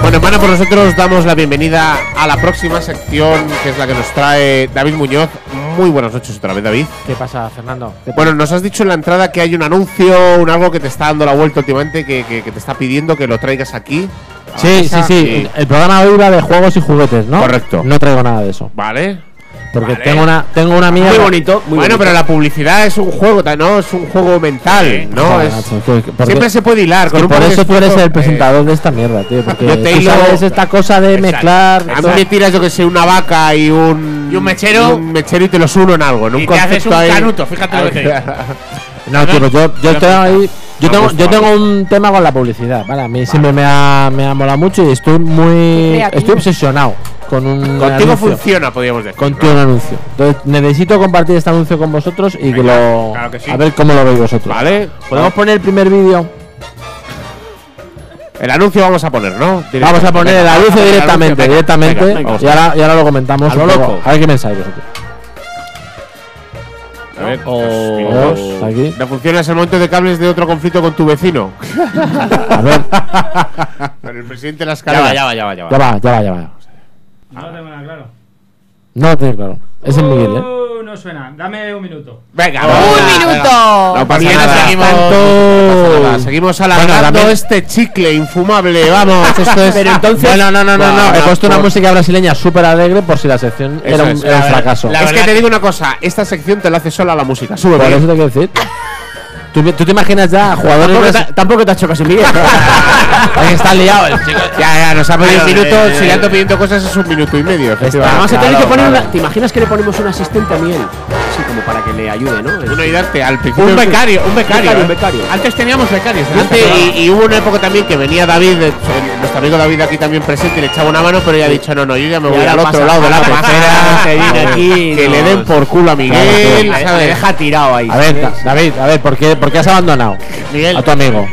A: Bueno, en Vana por nosotros damos la bienvenida a la próxima sección, que es la que nos trae David Muñoz. Muy buenas noches otra vez, David.
D: ¿Qué pasa, Fernando?
A: Bueno, nos has dicho en la entrada que hay un anuncio, un algo que te está dando la vuelta últimamente, que, que- que te está pidiendo que lo traigas aquí. a la
D: Sí, sí,
A: mesa.
D: sí. El programa hoy va de juegos y juguetes, ¿no?
A: Correcto.
D: No traigo nada de eso.
A: Vale.
D: Porque
A: Vale.
D: tengo una tengo una amiga.
N: Muy bonito, muy
A: bueno,
N: bonito.
A: pero la publicidad es un juego, ta- ¿no? Es un juego mental, ¿no?
D: Joder,
A: Es-
D: macho, que- que- porque-
A: siempre se puede hilar. Con
D: que
A: un
D: por
A: poco de
D: eso tú eres
A: esfuerzo,
D: el
A: eh,
D: presentador de esta mierda, tío. Porque
A: yo te
D: tú
A: hilo-
D: sabes esta cosa de mezclar.
A: Eh, A mí
D: todo.
A: me tiras, yo que sé, una vaca y un.
F: Y un mechero.
A: y un mechero y te los uno en algo, en un
F: Y te
A: concepto
F: haces un
A: ahí.
F: canuto, fíjate lo que te digo.
D: No, tío, pues yo, yo
F: Yo
D: tengo ahí. Yo
A: Me
D: tengo,
A: gusta.
D: yo tengo un tema con la publicidad, ¿vale? A mí siempre me ha, me ha molado mucho y estoy muy.
I: creativo.
D: Estoy obsesionado con un.
A: Contigo
D: anuncio.
A: funciona, podríamos decir.
D: Contigo un anuncio. Entonces, necesito compartir este anuncio con vosotros y que lo.
A: claro que sí.
D: A ver cómo lo veis vosotros.
A: ¿no? ¿Vale?
D: ¿Podemos poner el primer vídeo?
A: El anuncio vamos a poner, ¿no?
D: Vamos a poner el
A: Venga, vamos
D: anuncio
A: a poner
D: directamente,
A: el anuncio, venga,
D: directamente.
A: venga, vamos.
D: y, ahora, y ahora lo comentamos.
A: A lo
D: un poco.
A: loco.
D: A ver qué pensáis vosotros.
A: A ver,
D: Oh.
A: dos minutos.
D: Aquí.
A: No funciona es el momento de cables de otro conflicto con tu vecino.
D: A ver,
A: Con el presidente de las
F: Ya va,
A: escalera.
F: ya va, ya va, ya
D: ya
F: va.
D: va, ya va, ya va.
O: No tengo nada claro.
D: No lo tiene claro. Es el Miguel, ¿eh?
O: Uh, no suena. Dame un minuto.
A: Venga,
I: ¡Un
A: venga, venga.
I: minuto!
A: No pasa
F: Bien,
A: nada.
F: seguimos.
A: No pasa nada. Seguimos alargando
D: también-
A: este chicle infumable. Vamos, esto es.
D: Pero entonces. Bueno, no, no, no, no. He
A: Bueno,
D: puesto una
A: por-
D: música brasileña súper alegre por si la sección
A: Eso
D: era un,
A: es,
D: era un
A: la verdad-
D: fracaso.
A: La
F: Es
A: es
F: que
A: que
F: te
A: te digo una cosa, esta sección te la hace sola la música. Sube
D: Por eso te quiero decir. ¿Tú, tú te imaginas ya a jugadores.
N: Tampoco,
D: brasi-
N: te- tampoco te has hecho caso, Miguel.
D: Ahí está liado el chico.
A: Ya, ya, nos ha pedido un
F: Pero,
A: minuto,
F: eh,
A: si le ando pidiendo cosas es un minuto y medio.
N: Vamos
A: efectivamente.
N: a tener este que
D: Este claro,
N: poner
D: claro.
N: una. ¿Te imaginas que le ponemos un asistente a Miguel? Sí, como para que le ayude, ¿no?
A: Uno y darte al principio.
F: Un becario, un becario.
N: Becario,
F: ¿eh?
N: becario.
F: Antes teníamos becarios. ¿eh?
A: Antes, y, y hubo una época también que venía David, eh, nuestro amigo David aquí también presente, y le echaba una mano, pero ya ha dicho, no, no, yo ya me voy
N: ahora
A: al otro
N: pasa-
A: lado de la
N: ahora pasa-
A: pecera,
N: se viene aquí,
A: que le
N: nos-
A: den por culo a Miguel,
D: Claro,
A: ¿sabes?
N: deja tirado ahí.
D: Eh, A ver, da- David, a ver, ¿por qué, por qué has abandonado
A: Miguel.
D: a tu amigo?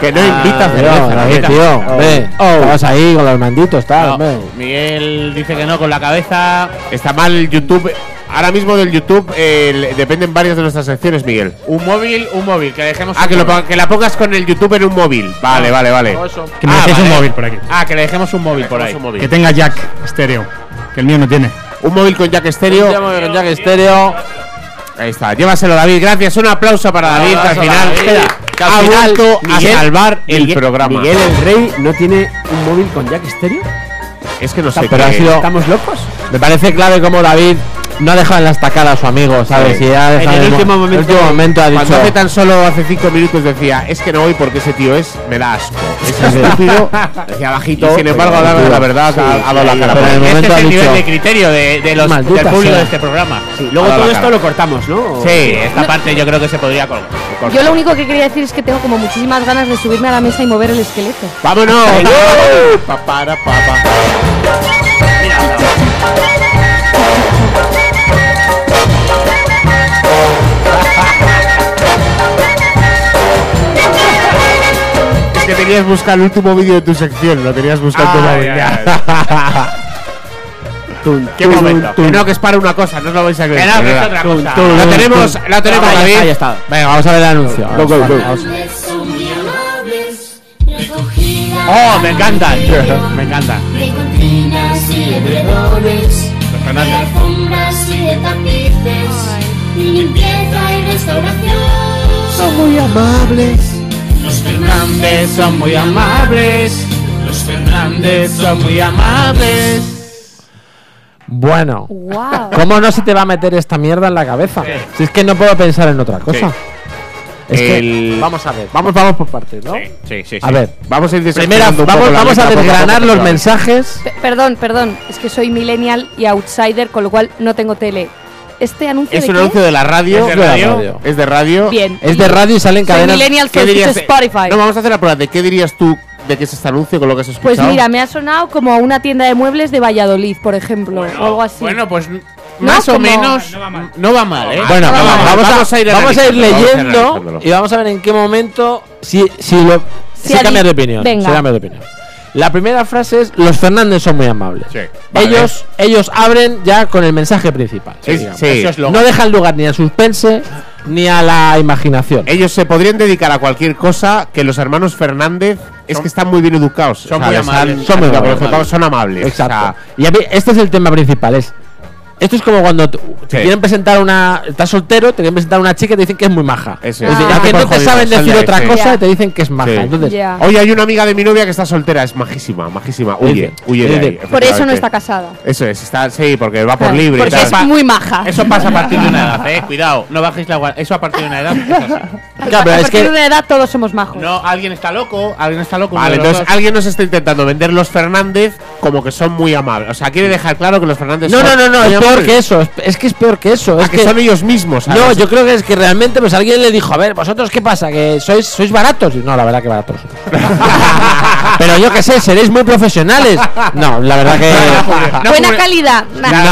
A: que
F: Ah,
A: no invita a
D: Tío,
A: cerveza,
D: David,
A: invita.
D: tío,
N: Oh.
D: hombre, estabas ahí con los manditos, tal,
F: No,
D: hombre.
F: Miguel dice que no con la cabeza.
A: Está mal YouTube, ahora mismo del YouTube eh, le- dependen varias de nuestras secciones, Miguel.
F: Un móvil, un móvil, que dejemos.
A: Ah,
F: un
A: que, lo
F: móvil.
A: pa- que la pongas con el YouTube en un móvil. Vale, vale, vale.
P: Que me
F: Ah,
P: dejéis un
F: vale.
P: móvil por aquí.
F: Ah, que le dejemos un móvil por ahí.
A: Un móvil.
P: Que tenga jack estéreo. Que el mío no tiene.
A: Un móvil con Jack Stereo.
D: Jack Estéreo.
A: Ahí está, llévaselo David, gracias. Un aplauso para David que al final.
F: David.
A: espera,
F: Que
A: ha
F: al final,
A: vuelto
F: Miguel-
A: a salvar el
N: Miguel-
A: programa.
N: Miguel el Rey no tiene un móvil con jack estéreo.
A: es que no sé,
D: Pero ha
A: qué-
D: sido.
N: ¿Estamos locos?
D: Me parece clave como David no ha dejado en la estacada a su amigo, ¿sabes?
A: Sí.
D: Y ha dejado
N: En el
D: mo-
N: último momento-
D: último momento ha
A: Cuando
D: dicho.
A: hace tan solo hace cinco minutos decía, es que no voy porque ese tío es, me da asco. Es estúpido.
N: Decía
A: Y
N: bajito.
A: sin embargo, ha dado la verdad, ha, ha dado la cara.
D: Pero
A: por
D: en el
A: él.
D: momento
F: Este es
D: ha
F: el
D: dicho-
F: nivel de criterio de, de los, del
D: Maldita
F: público
D: sea.
F: de este programa.
N: Sí, luego
A: Ha dado
N: todo
A: la
N: esto
A: cara.
N: lo cortamos, ¿no?
F: Sí, esta parte yo creo que se podría colgar.
I: Yo lo único que quería decir es que tengo como muchísimas ganas de subirme a la mesa y mover el esqueleto.
A: ¡Vámonos! Pa, para, pa, pa. Es que tenías buscar el último vídeo de tu sección, lo tenías buscado en tu móvil, ya. Qué momento. Que no, que es para una cosa, no os lo vais a creer.
F: Que no, que es otra
A: Tun,
F: cosa.
A: tun, La tenemos, la tenemos,
D: Ahí
A: David.
D: está, ahí está. Venga, vamos a ver el anuncio.
A: Go, go, go.
D: Vamos.
F: ¡Oh, me encanta! me encanta. Los Fernández son muy amables. Los Fernández son muy amables.
D: Bueno.
I: ¡Wow!
D: ¿Cómo no se te va a meter esta mierda en la cabeza? Si es que no puedo pensar en otra cosa.
A: Sí.
D: Es que-
A: El-
D: vamos a ver, vamos, vamos por partes, ¿no?
A: Sí, sí, sí.
D: A ver.
A: Vamos a ir
D: Primera,
A: desesperando un poco
D: vamos,
A: la
D: vamos a
A: letra poco
D: desgranar
A: poco,
D: los
A: claro.
D: mensajes.
I: Pe- perdón, perdón, es que soy millennial y outsider, con lo cual no tengo tele. Este anuncio
A: Es
I: de
A: un
I: qué
A: anuncio de la radio.
D: Es de radio.
A: Es de radio.
I: Bien.
D: Es de radio y salen
I: Soy
D: cadenas.
I: millennial,
A: ¿Qué
I: que escucho
A: dirías?
I: Spotify.
A: No, vamos a hacer la prueba. ¿De qué dirías tú de que es este anuncio con lo que has escuchado?
I: pues mira, me ha sonado como a una tienda de muebles de Valladolid, por ejemplo, o algo así.
F: Bueno, pues n- más o
I: como-
F: menos
O: No va mal.
F: no va mal, ¿eh?
D: Bueno,
I: Ah,
D: vamos,
A: vamos, vamos
D: a,
A: a ir
D: vamos a
A: analizándolo, vamos
D: ir
A: a ir
D: leyendo
A: analizándolo.
D: y vamos a ver en qué momento si, si lo
I: Si
D: si
I: ha
D: cambias de
I: di-
D: opinión. si
I: venga.
D: cambias de opinión. La primera frase es los Fernández son muy amables.
A: Sí, vale. eh,
D: Ellos ellos abren ya con el mensaje principal.
A: Sí,
D: digamos.
A: sí.
F: Eso es lo
D: No dejan lugar ni a suspense, ni a la imaginación.
A: Ellos se podrían dedicar a cualquier cosa que los hermanos Fernández es que están muy bien educados.
D: son
A: ¿sabes?
D: muy amables.
A: Son muy
D: Son muy
A: educados,
D: amables.
A: son amables.
D: Exacto.
A: O sea,
D: y a mí, este es el tema principal, es... Esto es como cuando t- te
A: Sí.
D: quieren presentar una... Estás soltero, te quieren presentar una chica y te dicen que es muy maja.
A: Eso
D: Y
A: es.
D: dicen,
A: Ah.
D: "Es que no
A: Por
D: te
A: jodido,
D: saben
A: sal de
D: decir
A: ahí,
D: otra
A: sí.
D: cosa y te dicen que es maja.
A: Sí.
D: Entonces,
I: Ya.
A: Oye, hay una amiga de mi novia que está soltera, es majísima, majísima. Huye,
D: Dice,
A: huye de
D: dice,
A: ahí,
I: Por eso no
A: efectivamente.
I: está casada.
A: Eso es, está, sí, porque va por
I: Claro,
A: libre. y
I: Porque
A: tal.
I: es muy maja.
F: Eso pasa a partir de una edad, eh. Cuidado, no bajéis la guardia. Eso a partir de una edad. es así.
D: Claro, pero
I: a
D: es
I: partir
D: que-
I: de una edad todos somos majos.
F: No, alguien está loco, alguien está loco.
A: Vale,
F: uno de los
A: entonces alguien nos está intentando vender los Fernández como que son muy amables. O sea, quiere dejar claro que los Fernández
D: No,
A: son
D: no, no, no,
A: muy
D: es peor
A: amables.
D: que eso. Es, es que es peor que eso.
A: Ah,
D: es
A: que, son ellos mismos.
D: No,
A: ¿sabes?
D: yo creo que es que realmente pues alguien le dijo, a ver, vosotros qué pasa, que sois sois baratos. Y, no, la verdad que baratos. sois. Pero yo qué sé, seréis muy profesionales. No, la verdad que
A: No,
I: Buena
A: porque-
I: calidad. nah.
D: No,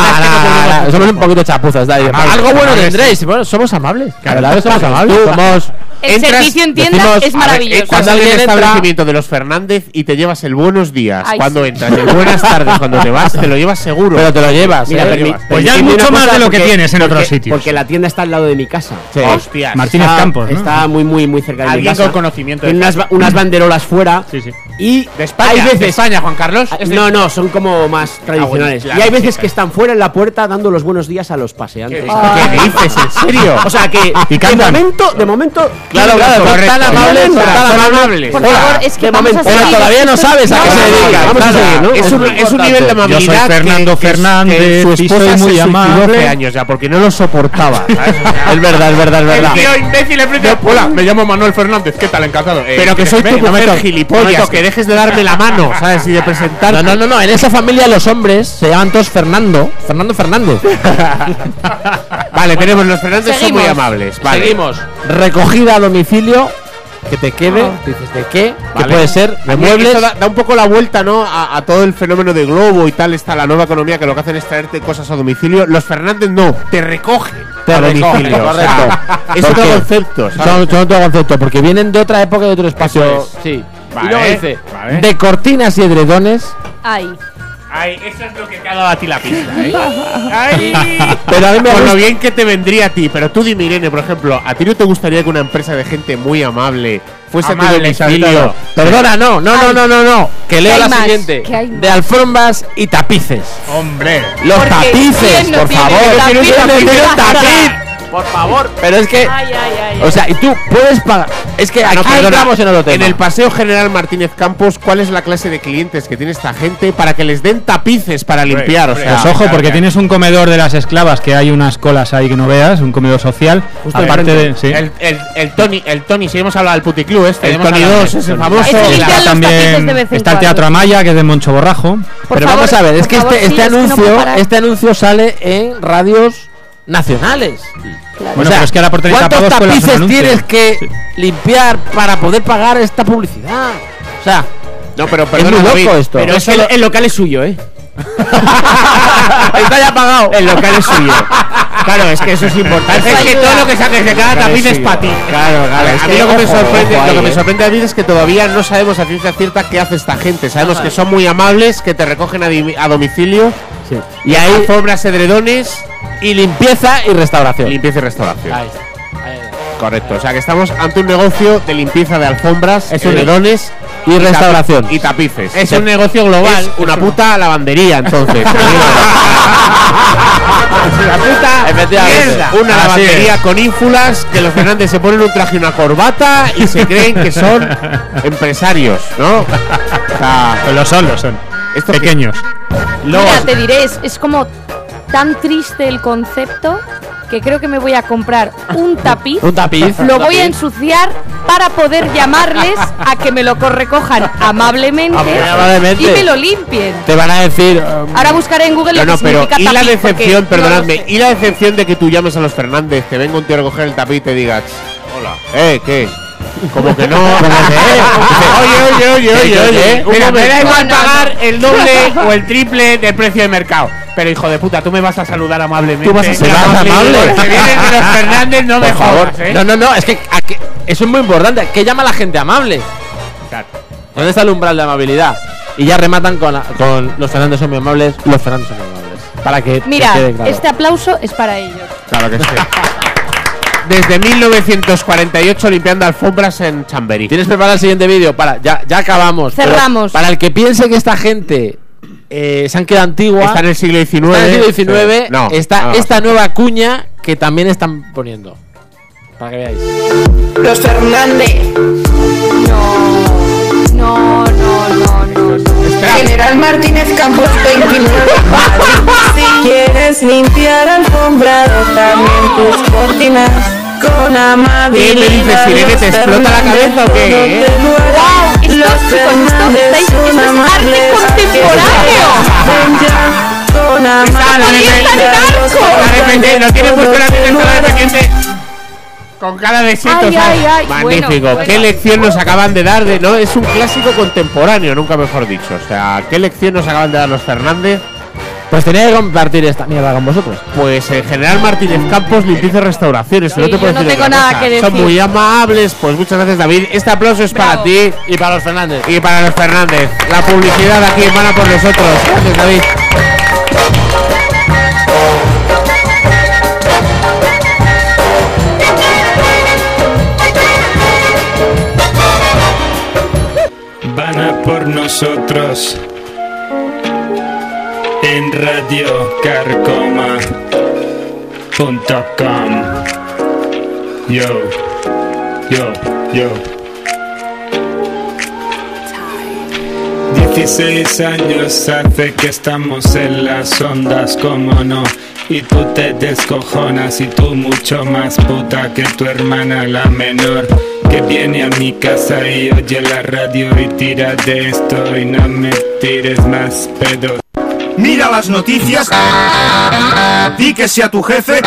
D: no, no, somos un poquito chapuzas, dale.
A: Amables,
D: Algo bueno
A: amables,
D: tendréis. Bueno, somos amables. La
A: Claro.
D: verdad que somos amables. Somos
I: El
A: entras,
I: servicio en tienda
D: decimos, a
I: es
D: ver,
A: Eh,
I: maravilloso.
A: cuando
D: Cuando
A: hay un
D: alguien entra-
A: establecimiento de los Fernández y te llevas el buenos días,
I: Ay,
A: cuando
I: sí.
A: entras, el buenas tardes, cuando te vas, te lo llevas seguro.
D: pero te lo llevas.
A: Mira,
D: eh.
A: permi-
H: Pues ya es
Q: Dime
H: mucho
Q: una
H: más
Q: cosa,
H: de lo que
Q: porque-
H: tienes en otros
Q: porque-
H: sitios.
Q: Porque la tienda está al lado de mi casa.
F: eh,
A: Sí.
F: Hostias.
H: Martínez
Q: Está-
H: Campos, ¿no?
Q: Ah, Está muy, muy, muy cerca de mi
F: Alguien
Q: casa.
F: con conocimiento de
Q: Tiene unas, ba- unas banderolas fuera.
H: Sí, sí.
Q: Y
F: De España,
Q: hay veces.
F: de España, Juan Carlos.
Q: Ah,
F: Es de-
Q: No, no, son como más tradicionales.
F: claro,
Q: y hay veces
F: sí,
Q: que están fuera en la puerta dando los buenos días a los paseantes.
A: ¿Qué dices? ¿En serio?
Q: O sea que
F: Ah.
A: Y
Q: de
A: cantan.
Q: momento, de momento,
A: Claro, claro, son tan amables, son tan amables.
I: Por favor, es que
Q: de
I: vamos
Q: momento.
I: a
D: Pero
I: seguir.
D: todavía no sabes a qué
A: Vamos
D: se
A: a seguir,
D: dedica.
A: vamos a seguir, ¿no? Es un, es un nivel de
H: Yo
A: amabilidad.
H: soy
A: que-
H: Fernando
A: que- que
H: Fernández
A: su
H: y
A: esposa
H: soy
A: se
H: muy
A: suicidó
H: amable.
A: hace años ya, porque no lo soportaba. ¿sabes? O sea,
D: Es verdad, es verdad, es verdad.
A: tío imbécil enfrente. Hola, me llamo Manuel Fernández. ¿Qué tal? Encantado. Pero que soy tu mujer, gilipollas. que dejes de darme la mano, ¿sabes? Y de presentar.
D: No, no, no, no. En esa familia los hombres se llaman todos Fernando. Fernando Fernández.
A: Vale, tenemos los Fernández son muy
I: Seguimos.
A: amables. Vale.
D: Seguimos. Recogida a domicilio. Que te quede.
I: Ah.
D: Dices, ¿de qué? Que
A: Vale.
D: puede ser
A: A
D: de
A: mí
D: muebles.
A: esto Da, da un poco la vuelta, ¿no? A, a todo el fenómeno de Globo y tal, está la nueva economía que lo que hacen es traerte cosas a domicilio. Los Fernández no, te recogen
D: Te
A: a
D: recogen,
A: domicilio. o sea,
D: correcto.
A: es otro
D: Porque
A: concepto. ¿sabes?
D: Son, son otro concepto, porque vienen de otra época y de otro espacio.
A: Eso es.
D: Sí.
A: Vale,
D: y luego dice,
A: vale.
D: de cortinas y edredones.
I: Ay.
F: Ay, eso es lo que te ha dado a ti la pista, ¿eh?
D: Pero a mí me
A: Por lo
D: gusta.
A: bien que te vendría a ti, pero tú dime, Irene, por ejemplo, ¿a ti no te gustaría que una empresa de gente muy amable fuese a
F: Amable,
A: tu domicilio?
D: Perdona, no, no, no, no, no, no. Que leo
I: hay
D: la
I: más,
D: siguiente.
I: que hay más.
D: De alfombras y tapices.
F: Hombre.
D: Los
I: Porque
D: tapices,
I: ¿quién no
D: por
I: tiene
D: favor.
I: un
D: Yo
I: tapiz?
D: quiero tener un
I: Tapiz.
D: tapiz. Por favor. Pero es que,
I: Ay, ay, ay.
D: o sea, y tú puedes pagar. Es que aquí
A: Ah, No, perdona,
D: entramos en otro tema.
A: el Paseo General Martínez Campos, ¿cuál es la clase de clientes que tiene esta gente para que les den tapices para limpiar? O
F: hombre.
A: sea,
H: Pues ojo, porque
F: claro.
H: tienes un comedor de las esclavas que hay unas colas ahí que no veas, un comedor social. aparte de. sí.
F: El, el, el Tony, el Tony, si hemos hablado del puticlub este.
A: El
F: hemos
A: Tony
F: hablado
A: 2,
F: de-
A: ese
F: Tony.
A: famoso.
I: Es
A: Está
I: que limpian los tapices de vez en
H: está el
I: cuando.
H: Teatro Amaya, que es de Monchoborrajo.
I: Por
D: Pero
I: favor,
D: vamos a ver, es
I: por
D: que
I: favor,
D: este,
I: sí,
D: este
I: es que no puedo
D: anuncio,
I: parar.
D: este anuncio sale en radios nacionales.
H: Bueno, pero es que ahora por tener
D: ¿Cuántos
H: tapados cuelas un
D: tapices
H: anuncio.
D: tienes que
H: Sí.
D: limpiar para poder pagar esta publicidad? O sea,
A: No, pero
D: es
A: perdona,
D: muy
A: David,
D: loco esto.
A: Pero
D: No
A: es
D: solo-
A: el, el local es suyo, ¿eh?
D: Está ya pagado.
A: El local es suyo. Claro, es que eso es importante.
F: Es que todo lo que saques de cada tapiz es para ti.
A: Claro, claro.
D: es
A: a mí
D: que
A: lo que, me
D: ojo,
A: sorprende,
D: ojo ahí,
A: lo que me
D: eh.
A: sorprende a mí es que todavía no sabemos a ciencia cierta qué hace esta gente. Sabemos que son muy amables, que te recogen a, di- a domicilio
D: Sí.
A: y hay alfombras, edredones,
D: Y limpieza y restauración.
A: limpieza y restauración.
D: Ahí está. Ahí está.
A: Correcto. O sea que estamos ante un negocio de limpieza de alfombras,
D: Es un-
A: edredones
D: y
A: tapi-
D: restauración.
A: y tapices.
F: Es un negocio global.
A: Es una puta lavandería, entonces. La puta
D: Efectivamente.
A: mierda. Una
D: Así
A: lavandería con ínfulas que los Fernández se ponen un traje y una corbata y se creen que son empresarios, ¿no? O sea,
H: Pues lo son, lo son.
A: Esto-
H: Pequeños.
I: Mira, te diré, es, es como tan triste el concepto que creo que me voy a comprar un tapiz.
D: Un tapiz.
I: Lo voy a ensuciar para poder llamarles a que me lo co- recojan amablemente
D: Amablemente.
I: y me lo limpien.
D: Te van a decir. um,
I: Ahora buscaré en Google
A: no,
I: lo
A: no,
I: que
A: pero
I: significa
A: y la
I: tapiz, porque
A: decepción,
I: no
A: perdonadme,
I: lo sé.
A: y la decepción de que tú llames a los Fernández, te venga un tío a recoger el tapiz y te digas, hola, eh, ¿qué? Como que no. Oye, oye, oye, oye, oye.
F: Mira, me da igual
I: No, no,
F: pagar el doble o el triple del precio de mercado. Pero hijo de puta, tú me vas a saludar amablemente.
D: Tú vas a saludar amable.
A: ¿eh?
F: Que vienes de los Fernández, no me
D: por favor.
F: jodas, ¿eh?
D: No, no, no. Es que aquí- eso es muy importante. ¿Qué llama la gente amable? ¿Dónde está el umbral de amabilidad? Y ya rematan con, la- con los Fernández son muy amables. Los Fernández son muy amables. Para que te
I: Mira,
D: quede claro.
I: este aplauso es para ellos.
A: Claro que sí. desde 1948 limpiando alfombras en Chamberí.
D: Tienes preparado el siguiente vídeo. Para, ya, ya acabamos. pero
I: Cerramos.
D: Para el que piense que esta gente eh, se han quedado antigua.
A: Está en el siglo XIX.
D: está en el siglo XIX,
A: No, Ah.
D: está
A: no.
D: esta nueva cuña que también están poniendo. Para que veáis.
O: Los Fernández,
I: No, no, no, no.
O: General Martínez Campos 29. si quieres limpiar alfombra, también tus cortinas con amabilidad.
A: ¿Qué me dices, Irene? ¿Te explota la cabeza o qué?
I: ¡Wow! Esto, chicos, esto, estáis- esto es arte contemporáneo.
O: Con
I: ¡Ahí está el narco!
A: Arrepentir, no tiene puesto la atención a la dependiente. Con cara de seto,
I: Ay,
A: ¿sabes?
I: ay, ay.
A: Magnífico.
I: Bueno, bueno.
A: Qué lección nos acaban de dar de no. Es un clásico contemporáneo, nunca mejor dicho. O sea, qué lección nos acaban de dar los Fernández.
D: Pues tenía que compartir esta mierda con vosotros.
A: Pues el general Martínez Campos limpieza restauraciones. no
I: Sí,
A: te puedo
I: yo no
A: decir
I: tengo
A: otra
I: nada
A: cosa.
I: que
A: Son
I: decir.
A: muy amables. Pues muchas gracias, David. Este aplauso es para
I: Bravo.
A: ti
D: Y para los Fernández.
A: y para los Fernández. La publicidad aquí emana por nosotros. Gracias, David.
O: Van a por nosotros en Radio Yo, yo, yo. 16 años hace que estamos en las ondas, como no. Y tú te descojonas y tú mucho más puta que tu hermana la menor. Que viene a mi casa y oye la radio y tira de esto y no me tires más pedo.
B: Mira las noticias. Di que sea tu jefe.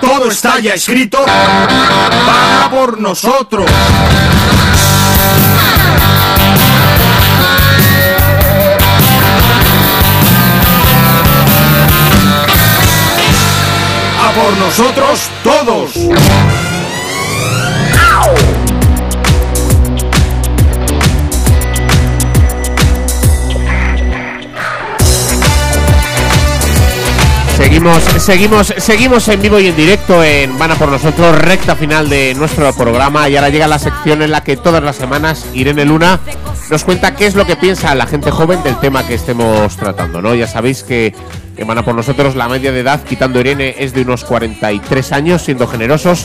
B: Todo está ya escrito. Paga por nosotros. A por nosotros todos.
A: Seguimos, seguimos, seguimos en vivo y en directo en Van a por nosotros, recta final de nuestro programa y ahora llega la sección en la que todas las semanas Irene Luna nos cuenta qué es lo que piensa la gente joven del tema que estemos tratando, ¿no? Ya sabéis que en Van a por nosotros la media de edad, quitando Irene, es de unos 43 años, siendo generosos.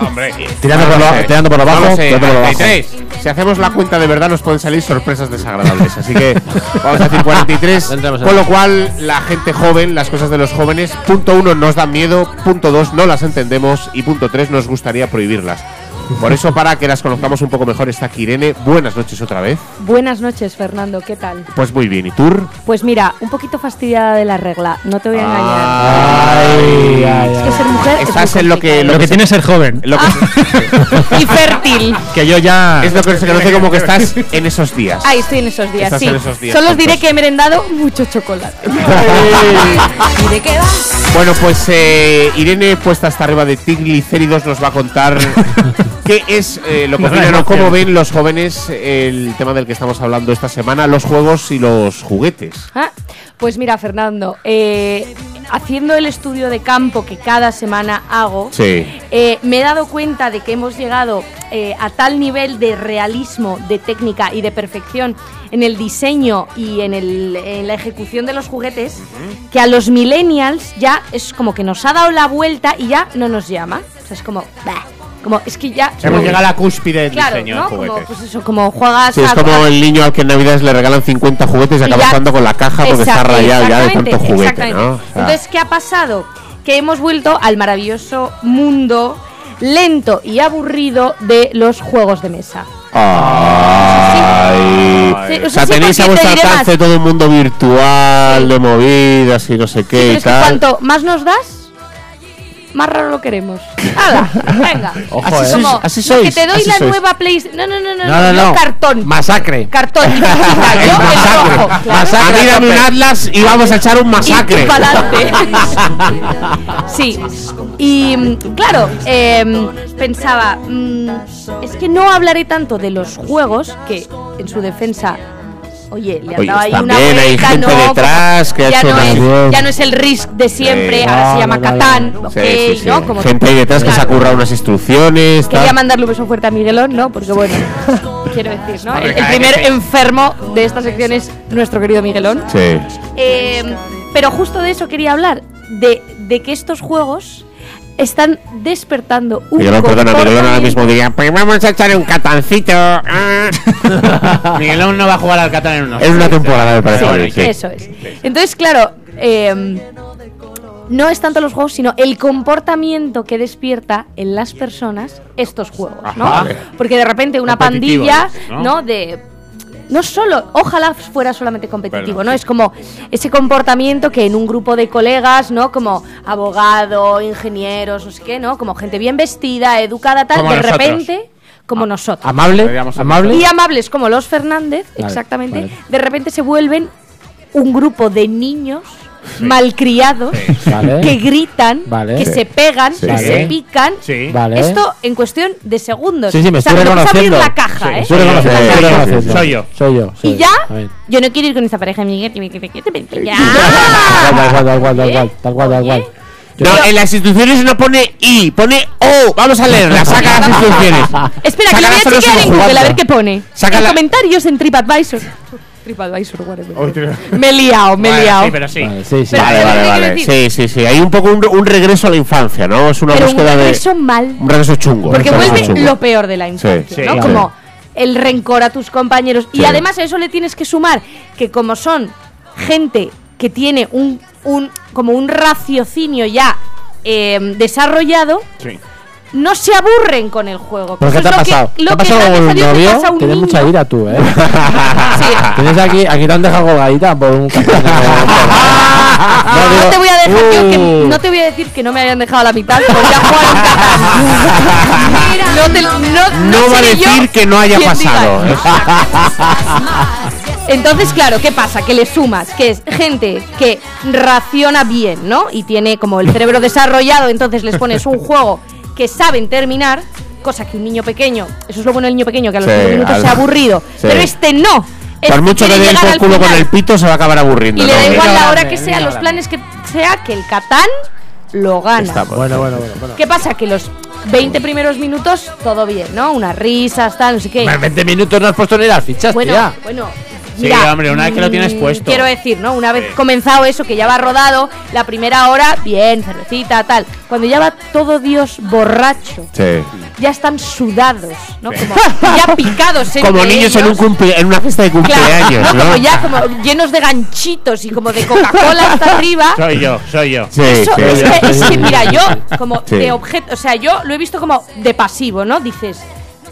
A: Hombre,
D: Tirando por lo- tirando por lo bajo,
A: Vamos, eh,
D: tirando por lo bajo.
A: 43. Si hacemos la cuenta de verdad nos pueden salir sorpresas desagradables, así que vamos a decir 43.
D: No entramos en
A: Con lo
D: eso.
A: cual, la gente joven, las cosas de los jóvenes, punto uno nos dan miedo, punto dos no las entendemos y punto tres nos gustaría prohibirlas. Por eso, para que las conozcamos un poco mejor, está aquí Irene. Buenas noches otra vez.
I: Buenas noches, Fernando, ¿qué tal?
A: Pues muy bien, ¿y tú?
I: Pues mira, un poquito fastidiada de la regla, no te voy a engañar.
A: Ay,
I: Es que ser mujer es
A: Estás
I: muy
A: en lo que
I: complicado. Ah.
H: Lo que tiene es ser joven.
A: lo que-
I: y fértil.
H: Que yo ya.
A: es lo que se conoce como que estás en esos días.
I: Ahí estoy en esos días,
A: Estás
I: sí.
A: en esos días,
I: Solo os diré
A: tontos.
I: que he merendado mucho chocolate. ¿Y de qué vas?
A: Bueno, pues eh, Irene, puesta hasta arriba de triglicéridos, nos va a contar qué es eh, lo que
H: No,
A: opinan
H: no,
A: o cómo
H: no.
A: ven los jóvenes el tema del que estamos hablando esta semana, los juegos y los juguetes.
I: Ah, Pues mira, Fernando, eh, haciendo el estudio de campo que cada semana hago,
A: Sí.
I: eh, me he dado cuenta de que hemos llegado eh, a tal nivel de realismo, de técnica y de perfección en el diseño y en, el- en la ejecución de los juguetes que a los millennials ya es como que nos ha dado la vuelta y ya no nos llama. O sea, es como, bah, como es que ya
A: Hemos llegado a la cúspide del
I: claro,
A: diseño
I: ¿no?
A: de
I: Como,
A: juguetes.
I: pues eso, como juegas
A: Sí, es
I: a-
A: como el niño al que en Navidades le regalan 50 juguetes y acaba
I: ya-
A: jugando con la caja porque está
I: Exacto,
A: rayado ya de
I: exactamente,
A: tanto juguete,
I: exactamente.
A: ¿no? O sea,
I: Entonces, ¿qué ha pasado? Que hemos vuelto al maravilloso mundo lento y aburrido de los juegos de mesa.
A: ay.
I: Sí, o
A: O sea,
I: sí,
A: tenéis a
I: porque te
A: vuestro
I: diré más.
A: alcance todo un mundo virtual, de movidas y no sé
I: Sí,
A: qué
I: pero
A: y
I: es que
A: tal.
I: cuanto más nos das, más raro lo queremos. ¡Hala! Venga.
D: Ojo,
I: así
D: eh.
I: como,
D: Así
I: no,
D: sois,
I: que te doy
D: así
I: la
D: sois.
I: nueva PlayStation. No, no, no, no,
D: No, no, no.
I: cartón.
D: Masacre.
I: cartón. y física, yo el
A: Masacre.
I: rojo, claro.
D: Masacre.
A: A mí dame un Atlas y vamos a echar un
I: Y
A: masacre.
I: tú pa'lante. sí. Y mm, claro, em, pensaba, mm, es que no hablaré tanto de los juegos, que en su defensa Oye, le han
A: Oye,
I: dado ahí una
A: también hay
I: vuelta,
A: gente
I: no,
A: detrás que ha
I: ya
A: hecho
I: no,
A: una-
I: es, ya no es el Risk de siempre,
A: Sí.
I: ahora se
A: No,
I: llama
A: no, no,
I: Catán,
A: no.
I: ok,
A: Sí, sí, sí.
I: ¿no? Como
A: Gente ahí detrás que se ha
I: Claro.
A: currado unas instrucciones. tal.
I: Quería mandarle un beso fuerte a Miguelón, ¿no? Porque bueno, quiero decir, ¿no? El, el primer enfermo de esta sección es nuestro querido Miguelón.
A: Sí.
I: Eh, pero justo de eso quería hablar, de, de que estos juegos están despertando un
A: Miguelón, perdona,
I: comportamiento-
A: Miguelón ahora mismo diría, pues vamos a echar un catancito. ah".
F: Miguelón no va a jugar al Catán en unos.
A: Es una temporada, me parece.
F: Sí,
A: a mí, sí.
I: Eso es. Entonces, claro, eh, no es tanto los juegos, sino el comportamiento que despierta en las personas estos juegos, ¿no?
G: Ajá.
I: Porque de repente una
G: Competitivos,
I: pandilla,
G: ¿no?
I: ¿no? De no solo, ojalá fuera solamente competitivo,
G: Perdón,
I: ¿no? Es como ese comportamiento que en un grupo de colegas, ¿no? Como abogado, ingenieros, no sé qué, ¿no? Como gente bien vestida, educada, tal,
E: Como
I: de
E: nosotros.
I: repente, como nosotros.
E: Amable, amable.
I: Y amables como los Fernández,
E: Vale,
I: exactamente,
E: vale.
I: de repente se vuelven un grupo de niños malcriados
E: Vale.
I: que gritan,
E: Vale.
I: que
E: Sí.
I: se pegan,
E: Sí.
I: que
E: Vale.
I: se pican.
E: Vale.
I: Esto en cuestión de segundos.
E: Sí, sí, me
I: O sea,
E: estoy
I: vamos a abrir
E: reconociendo.
I: la caja, ¿eh?
E: Estoy reconociendo, estoy reconociendo.
F: Soy yo.
E: Soy yo. soy
I: Y
E: yo.
I: ya,
E: A ver.
I: yo no quiero ir con esta pareja, Miguel. que me- que me- que me- que- ya.
E: Tal cual, tal cual, tal cual, tal cual, tal cual.
A: No, en las instrucciones no pone I, pone O. Vamos a leerlas, saca las instrucciones.
I: Espera, que lo voy
A: Sácalas,
I: a
A: no
I: chequear
A: somos
I: en Google a
A: jugando.
I: ver qué pone.
A: Sácala.
I: En comentarios en TripAdvisor. TripAdvisor, whatever.
A: Vale,
I: Me he liado, me he liado.
F: pero sí.
E: sí, sí.
A: vale, vale. Sí,
I: decir-
A: sí, sí. Hay un poco un, un regreso a la infancia, ¿no? Es una
I: Pero un
A: búsqueda
I: regreso
A: de.
I: mal.
A: Un regreso chungo.
I: Porque
A: Un regreso
I: vuelve
A: chungo.
I: lo peor de la infancia,
A: Sí,
I: ¿no?
A: sí,
I: Como el rencor a tus compañeros.
A: Sí.
I: Y además a eso le tienes que sumar que como son gente que tiene un, un como un raciocinio ya eh, desarrollado, no se aburren con el juego.
E: ¿Pero qué te
I: Eso es
E: ha
I: lo que-
E: pasado? ¿Te
I: lo
E: ha
I: que
E: pasado
I: gracias
E: con
I: a
E: un
I: Dios le pasa a
E: novio?
I: un
E: Tienes
I: niño.
E: mucha ira tú, ¿eh? Tienes aquí, aquí te han dejado colgadita por un capitán.
I: No te voy a dejar yo que-
A: uh.
E: uh.
I: no te voy a decir que no me hayan dejado la mitad, pero ya jugar un Catán. no, te- no- no
A: No va a
I: seré yo
A: decir que no haya
I: quien diga
A: pasado. ¿eh?
I: eso. Entonces, claro, ¿qué pasa? Que le sumas, que es gente que raciona bien, ¿no? Y tiene como el cerebro desarrollado, entonces les pones un juego que saben terminar, cosa que un niño pequeño, eso es lo bueno del niño pequeño, que a los
A: Sí,
I: cinco minutos
A: al-
I: se ha aburrido,
A: sí.
I: pero este no. Este
A: Por mucho que
I: quiere
A: dé el
I: llegar al
A: culo con
I: final.
A: el pito, se va a acabar aburriendo.
I: Y le
A: ¿no?
I: da igual la hora
A: Grande,
I: que sea,
A: niño
I: los
A: grande.
I: planes que sea, que el Catán lo gana.
A: Estamos. Bueno, bueno, bueno.
I: ¿Qué pasa? Que los 20 primeros minutos, todo bien, ¿no? Unas risas, tal, no sé qué.
E: En 20 minutos no has puesto ni las fichas,
I: Bueno,
E: tía.
I: bueno.
E: Sí, hombre, una vez que lo tienes
I: mm,
E: puesto.
I: Quiero decir, ¿no? Una vez
E: Sí.
I: comenzado eso, que ya va rodado, la primera hora, bien, cervecita, tal. Cuando ya va todo Dios borracho,
A: Sí.
I: ya están sudados, ¿no? Como ya picados entre
A: Como niños en, un
I: ellos.
A: cumple, en una fiesta de cumpleaños,
I: Claro,
A: ¿no?
I: Como ya como llenos de ganchitos y como de Coca-Cola hasta arriba.
F: Soy yo, soy yo.
A: Sí,
I: Eso,
A: sí.
I: es, que, es que, mira, yo como
A: Sí.
I: de objeto, o sea, yo lo he visto como de pasivo, ¿no? Dices,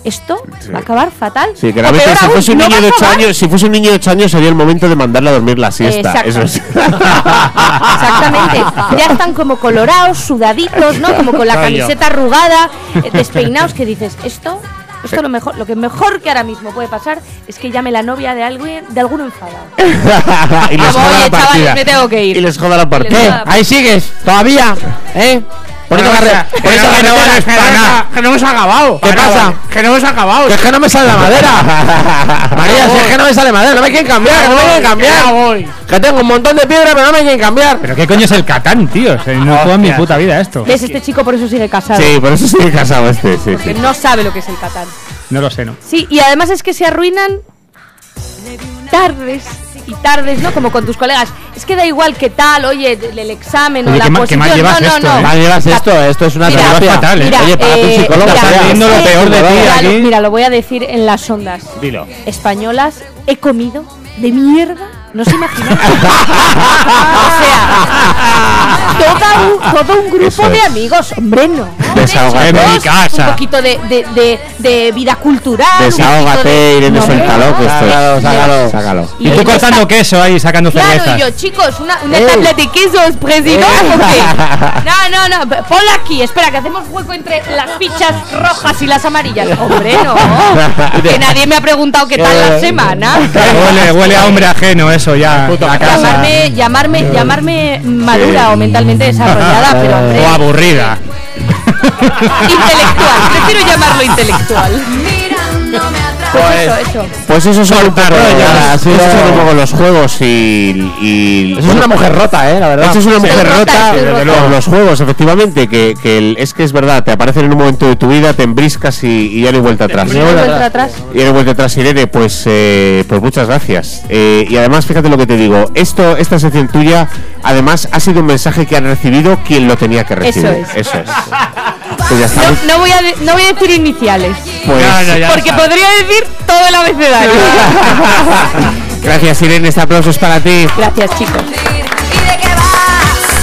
I: esto
A: Sí.
I: va a acabar fatal.
A: Sí, que
I: O
A: a veces
I: peor
A: si
I: aún,
A: fuese un
I: no
A: niño
I: va
A: de
I: a
A: 8
I: acabar.
A: años, si fuese un niño de 8 años sería el momento de mandarle a dormir la siesta.
I: Exacto.
A: Eso es.
I: Exactamente. Ya están como colorados, sudaditos, ¿no? Como con la
A: Soy yo.
I: camiseta arrugada, eh, despeinados, que dices, esto, esto lo mejor, lo que mejor que ahora mismo puede pasar es que llame la novia de alguien, de algún enfadado.
A: y les
I: Como,
A: joda
I: "Oye,
A: la partida.
I: chavales, me tengo que ir.
A: Y les ¿Eh? joda la partida.
D: eh,
I: joda la
E: Ahí sigues, todavía, ¿eh? Por eso, que- por eso que no vales para nada.
F: Que no hemos acabado.
E: ¿Qué pasa?
F: Que no hemos acabado.
E: Que es que no me sale la madera. María, si es que no me sale madera, no me quieren cambiar, no me quieren cambiar. Que tengo un montón de piedra, pero no me quieren cambiar.
H: ¿Pero qué coño es el Catán, tío? O sea, no he jugado en mi puta vida esto.
I: ¿Ves? Este chico por eso sigue casado.
A: Sí, por eso sigue casado este, sí,
I: Que
A: sí.
I: no sabe lo que es el Catán.
H: No lo sé, ¿no?
I: Sí, y además es que se arruinan tardes y tardes, ¿no? Como con tus colegas. Es que da igual qué tal, oye, el el examen o
E: Oye,
I: la
E: qué mal- qué
I: posición.
E: mal llevas
I: no, no,
E: esto,
I: no.
E: ¿eh? Mal llevas
I: La-
E: esto, esto es una
I: Mira,
E: terapia.
I: fatal, ¿eh? Mira,
E: Oye, para tu
I: eh,
E: psicólogo,
I: mira,
E: estás viendo lo
I: eh,
E: peor de ti
I: mira, lo-
E: aquí.
I: Mira, lo voy a decir en las ondas.
F: Dilo.
I: Españolas, he comido de mierda. No se imaginan. o sea, toda un- todo un grupo
G: Eso
I: de
G: es.
I: amigos. Hombre, no.
A: Desahógate.
I: Hombre,
A: En mi
I: chicos,
A: casa.
I: Un poquito de, de, de, de vida cultural. un poquito
A: Desahógate,
I: de-
A: Irene,
I: No,
A: suéltalo, que estoy.
E: Sácalo, sácalo.
A: Sácalo.
H: Y tú cortando queso ahí, sacando
I: Claro,
H: cervezas.
I: y yo, chicos, una, una
H: Ey.
I: tabla de quesos, presidente.
H: Ey.
I: porque- No, no, no, p- ponla aquí. Espera, que hacemos hueco entre las fichas rojas y las amarillas. Hombre, no. Que nadie me ha preguntado qué tal la semana.
H: Huele, huele a hombre ajeno eso ya. La casa.
I: Llamarme, llamarme, llamarme madura o mentalmente desarrollada, pero hombre,
H: O aburrida.
I: intelectual. Prefiero llamarlo intelectual.
B: Mirándome atrás.
I: Pues eso, eso.
A: Pues eso son un poco,
E: ya,
A: esos
E: sí,
A: son
E: no.
A: un poco los juegos y, y-
E: Eso es una mujer rota, eh, la verdad.
A: Eso es una
E: Sí,
A: mujer
E: rota,
A: rota,
E: sí,
A: desde
E: rota.
A: luego, los juegos, efectivamente, que, que el- es que es verdad, te aparecen en un momento de tu vida, te embriscas y, y ya no hay vuelta atrás.
I: No hay vuelta atrás.
A: Y de vuelta atrás, Irene, pues, eh, pues muchas gracias. Eh, y además, fíjate lo que te digo, esto, esta sección tuya, además, ha sido un mensaje que han recibido quien lo tenía que recibir.
I: Eso es.
A: Pues ya está.
I: No, no voy a de- no voy a decir iniciales.
A: Pues- No, no, ya
I: porque
A: está.
I: podría decir todo el abecedario.
A: Gracias, Irene, este aplauso es para ti.
I: Gracias, chicos.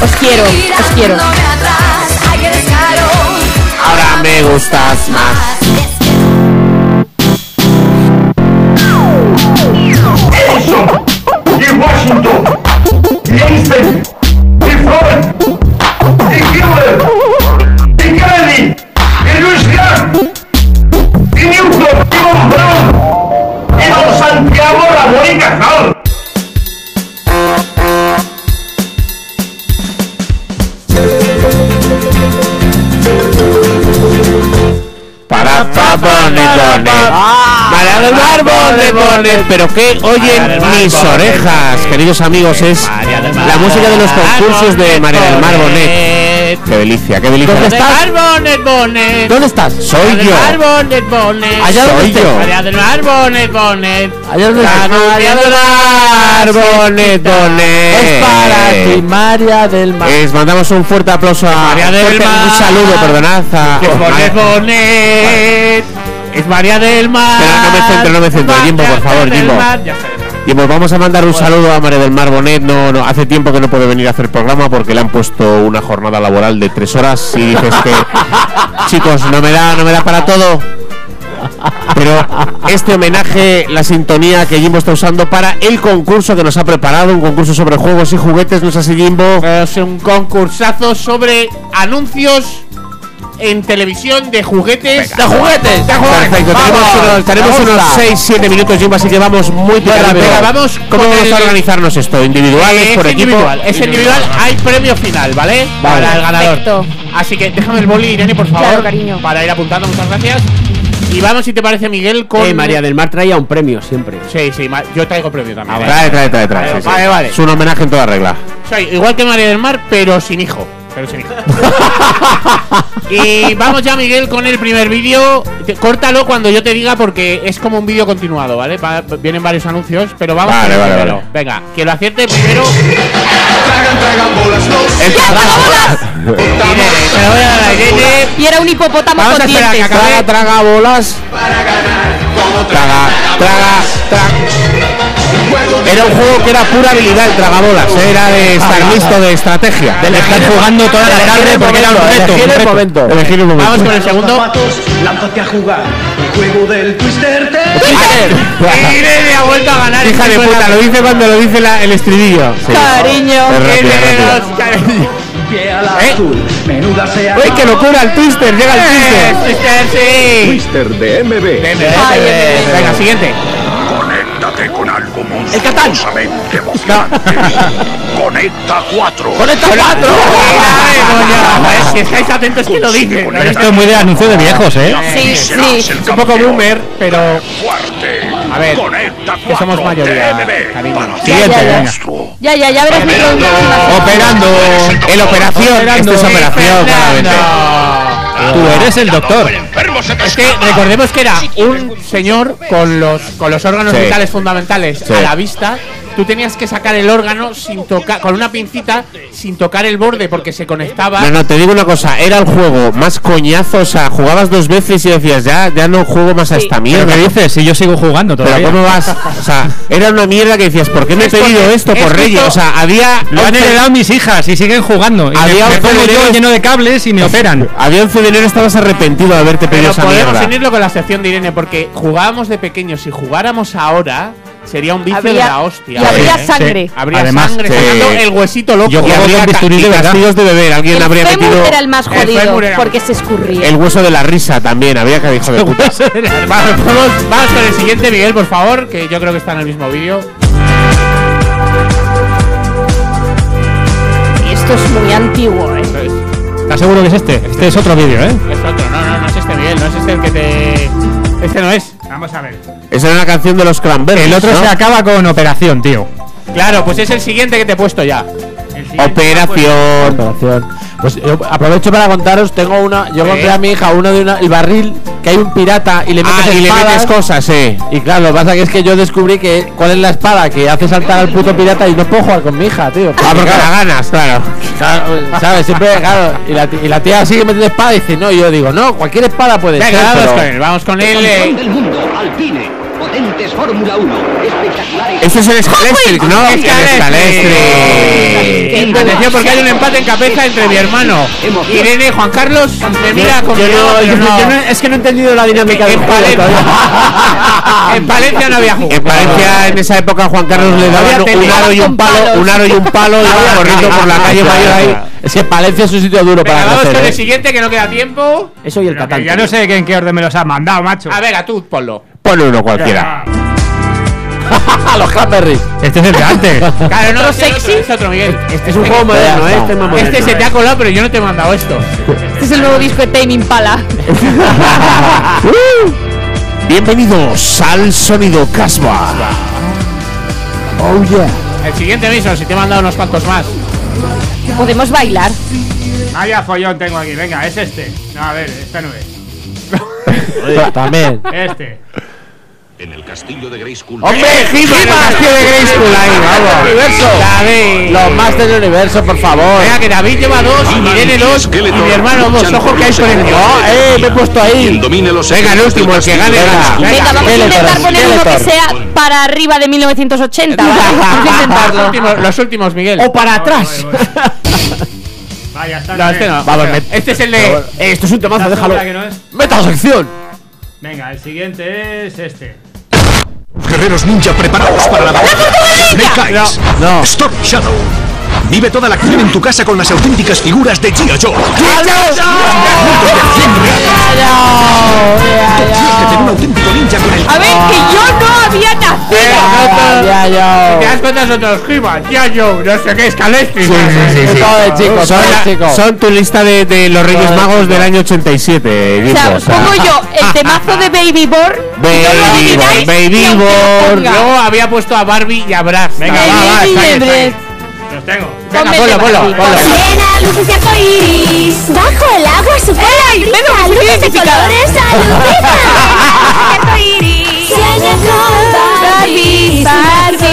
I: Os quiero, os quiero.
A: Ahora me gustas más.
B: in Washington, in Einstein, in Florence, in Hitler, in Kennedy, in Louis Clark, in Newton, in Von Braun, in Don Santiago Ramón y Cajal.
A: Para papá Para el árbol de Borne, pero que oyen mis orejas, queridos amigos, es la música de los concursos de María del Mar Bonet. Qué delicia, qué delicia.
F: ¿Dónde estás? Bonet, Bonet.
E: ¿Dónde estás?
A: Soy yo.
F: Bonet, Bonet.
E: Allá donde Oh,
A: Soy
E: estés.
A: yo.
F: María del Mar, Bonet, Bonet.
E: Allá donde estés.
F: María del Mar, Bonet,
E: Es para ti, María del Mar.
A: Les mandamos un fuerte aplauso a
F: María del
A: fuerte-
F: Mar.
A: un saludo, perdonad a
F: Que Bonet,
A: María-
F: Bonet. Es María del Mar.
A: Pero no me centro, no me centro, Jimbo, por favor,
F: María del
A: Jimbo.
F: Mar. Ya está, ya está.
A: Y pues vamos a mandar un saludo a María del Mar Bonet. No, no, hace tiempo que no puede venir a hacer programa porque le han puesto una jornada laboral de tres horas y dices que chicos no me da, no me da para todo. Pero este homenaje, la sintonía que Jimbo está usando para el concurso que nos ha preparado, un concurso sobre juegos y juguetes, ¿no es así, Jimbo?
F: Es un concursazo sobre anuncios en televisión de juguetes.
A: Venga. ¡De
F: juguetes! ¡De juguetes!
A: Perfecto, tenemos, unos- tenemos unos 6-7 minutos, Jimbo, así que vamos muy picadito.
F: venga, vamos
A: ¿Cómo
F: con
A: vamos
F: el-
A: a organizarnos esto? ¿Individuales,
F: es
A: por equipo?
F: individual, es individual, hay premio final, ¿vale?
A: Vale.
F: Para el ganador.
I: Ah. Perfecto.
F: Así que déjame el boli, Irene, por favor.
I: Claro, cariño.
F: Para ir apuntando, muchas gracias. Y vamos, si te parece, Miguel, con.
D: Eh, María del Mar traía un premio siempre.
F: Sí, sí, ma- yo traigo premio también. ¿eh?
A: Ah, Trae, trae, trae, trae.
F: Vale,
A: sí, sí.
F: vale, vale.
A: Es un homenaje en toda regla.
F: Soy igual que María del Mar, pero sin hijo. Pero sin hijo. y vamos ya, Miguel, con el primer vídeo. Te- Córtalo cuando yo te diga porque es como un vídeo continuado, ¿vale? Va- vienen varios anuncios, pero vamos.
A: Vale,
F: con el
A: vale,
F: primero.
A: vale.
F: Venga, que lo acierte primero.
B: Tragan, tragan bolas los
A: El
F: Irene, te lo voy a dar a Irene.
I: Y era un hipopótamo
F: Vamos a
I: con
F: esperar a que
I: dientes.
F: acabe.
A: Traga, traga bolas. Traga,
F: Ah,
A: traga, traga. Era un juego que era pura habilidad el tragabolas. ¿eh? Era
F: Ah,
A: de estar listo de estrategia.
H: Del estar jugando toda la tarde porque era un reto. un reto.
A: momento. Elegir un
F: Vamos con
A: momento.
F: el segundo.
B: zapatos, lánzate a jugar. El juego del twister te...
F: Irene ha vuelto a ganar.
A: Hija de
F: Esto es
A: puta,
F: la-
A: lo dice cuando lo dice la- el estribillo. Sí.
I: Cariño.
A: Es rápido, es
F: Irene,
A: rápido.
F: los cariños.
B: Pie al azul, menuda sea...
A: ¡Uy, qué locura! El twister, llega el twister.
F: Twister, sí.
R: Twister de MB.
I: Ay, Irene.
F: Venga, siguiente.
R: Conéctate con algo
F: El Catán.
R: monstruosamente emocionante. Conecta 4.
F: ¡Conecta cuatro! Pues si estáis atentos que lo dije.
R: Con esta
H: Esto es muy de anuncio de viejos, ¿eh?
I: Sí, sí.
F: Es un poco boomer, pero
R: Fuerte.
F: A ver,
R: Conecta
F: que somos
R: 4
F: mayoría,
R: TMB.
F: cariño.
R: Para ti,
I: Ya, ya, ya.
R: monstruo.
I: Ya, ya, ya verás mi
A: Operando. El operación. Esto es operación, claramente.
H: Tú eres el doctor.
F: Es que recordemos que era un señor con los con los órganos
A: Sí.
F: vitales fundamentales
A: Sí.
F: a la vista. Tú tenías que sacar el órgano sin tocar con una pincita sin tocar el borde porque se conectaba.
A: No, no, te digo una cosa, era el juego más coñazo, o sea, jugabas dos veces y decías, ya, ya no juego más a esta
H: ¿Pero
A: mierda.
H: qué dices? Si yo sigo jugando
A: Pero
H: todavía.
A: ¿cómo vas? O sea, era una mierda que decías, ¿por qué me he
F: Es porque
A: pedido esto
F: es
A: por Reyes?
F: justo-
A: O sea, había
H: Lo han
A: 11
H: heredado mis hijas y siguen jugando. Y
A: Había
H: me, me
A: un
H: pongo yo
A: febrero-
H: lleno de cables y me operan.
A: había 11 de enero estabas arrepentido de haberte pedido
F: Pero
A: esa
F: podemos
A: mierda.
F: unirlo con la sección de Irene porque jugábamos de pequeños. Si jugáramos ahora sería un vicio de
I: Habría-
F: la
I: y
F: hostia.
I: habría
F: ¿eh?
I: sangre.
F: Habría
H: Además,
F: sangre
A: sí.
F: sacando el huesito loco.
A: eh, Yo
F: Y
A: y
F: habría
A: habría
F: ca-
A: ca- y
F: y ca-
A: castigos de beber, alguien
I: El
A: habría
I: fémur
A: metido
I: era el más
F: El
I: jodido
F: fémur era-
I: porque se escurría.
A: el hueso de la risa también, había que hijo de puta.
F: Vamos, vamos- vamos con el siguiente, Miguel, por favor, que yo creo que está en el mismo vídeo.
I: Esto es muy antiguo, ¿eh?
F: Eso es.
H: ¿Estás seguro que es este? Este es otro vídeo, ¿eh?
F: Es otro, no, no, no es este, Miguel, no es este el que te. Este no es.
O: Vamos a ver.
A: Esa era una canción de los Cranberries.
S: El otro
A: ¿no?
S: se acaba con operación, tío.
F: Claro, pues es el siguiente que te he puesto ya.
A: Operación.
D: Operación. Pues yo aprovecho para contaros, tengo una, yo
F: Sí.
D: compré a mi hija uno de una, el barril que hay un pirata y le metes
A: Ah, y le
D: espadas.
A: metes cosas, eh.
F: Ah,
D: Y claro, lo que pasa que es que yo descubrí que cuál es la espada que hace saltar al puto pirata y no puedo jugar con mi hija, tío.
A: Ah, porque la ganas, claro.
D: Claro, ¿sabes? Siempre, claro. Y la, ti- y la tía sigue metiendo espada y dice, no, y yo digo, no, cualquier espada puede
F: Venga,
D: ser.
F: vamos
D: pero-
F: con él, vamos con él. eh.
T: del mundo, Alpine. Potentes Fórmula 1. Espectaculares.
A: Ese es el Scalestric,
H: Ah,
A: ¿no? El
F: Scalestric.
A: Scalestric.
F: Atención porque hay un empate en cabeza entre mi hermano Irene y Juan Carlos. Me mira con
H: Yo
F: miedo,
H: no-
F: pero
H: yo
F: no.
H: no- yo no- es que no he entendido la dinámica del juego todavía.
F: En Palencia no había
A: En
F: juego.
A: Valencia, en esa época, a Juan Carlos le daban
F: Había
A: un
F: tele.
A: aro y un palo, un aro y un palo, y iba corriendo por la calle mayor ahí.
D: Es que Palencia es un sitio duro
F: Venga,
D: para
F: vamos con el
D: crecer. ¿eh?
F: siguiente que no queda tiempo.
H: Eso y el
U: Pero que
H: Catán.
U: ya no sé que en qué orden me los has mandado, macho.
F: A ver, a tú ponlo.
A: Pon uno cualquiera.
D: A los Cranberries.
S: Este es el de antes.
F: Claro, no, este es otro, es otro, Miguel.
H: Este es un juego moderno, ¿eh? Este es más moderno.
F: Este se te ha colado, pero yo no te he mandado esto.
I: Este es el nuevo disco de Tame Impala.
A: Uh. Bienvenidos al sonido Casba.
F: El siguiente mismo, si te he mandado unos cuantos más.
I: Podemos bailar.
U: Vaya Ah, follón tengo aquí, venga, es este. No, a ver, esta no es.
D: También.
U: Este.
T: En el castillo de Grayskull.
A: ¡Hombre, He-Man! Castillo de Grayskull ahí, vamos.
F: Universo. David.
D: Los Masters del Universo, por favor.
F: Venga, que David lleva dos, y Irene dos, y mi hermano dos. Ojo que hay colección.
D: ¡Eh! Me he puesto ahí.
T: domine los
A: Venga, el último, el que gane, gana.
I: Venga, vamos a intentar
D: Skeletor,
I: poner uno que
D: Skeletor.
I: sea para arriba de 1980, ¿vale? Vamos a
F: Los
I: intentarlo.
F: últimos, los últimos, Miguel.
H: O para atrás.
U: Voy, voy, voy. Vaya, está
F: No,
U: bien.
F: este no.
D: Vamos,
F: Venga.
D: me-
F: Este es el de.
H: Eh, Esto es un temazo,
U: ¿Estás
H: déjalo.
U: segura que no es?
D: ¡Meta sección!
U: Venga, el siguiente es este.
R: Guerreros ninja preparados para la batalla. Snake Eyes. Stop Shadow. Vive toda la acción en tu casa con las auténticas figuras de G.I. Joe. Tienes que tener un auténtico ninja con el
I: A ver, que yo no había nacido.
D: Ya, ya,
F: ¿Te das cuenta de otros He-Man? Ya yo, no sé qué, Scalestri. Sí,
D: yo. Todo de chicos, todo
A: Son,
D: de
A: la-
D: chicos.
A: son tu lista de, de los Reyes
D: Todo
A: Magos del año 87,
I: O sea,
A: digo, o
I: os
A: sea.
I: pongo yo el temazo de Baby Born.
A: Baby Born, Baby Born.
F: Luego había puesto a Barbie y a Brass.
U: Venga,
F: Ah,
U: va, va, está
I: Baby
U: bien, está
I: Andrés.
U: bien. Los tengo.
F: Venga,
I: Ponme
F: ponlo,
I: el
F: ponlo,
I: Barbie.
F: ponlo.
V: Llena luces de arcoíris. Bajo el agua su cola brinca. Luces de colores alucinan. Arcoíris. Sueña con Barbie. Barbie.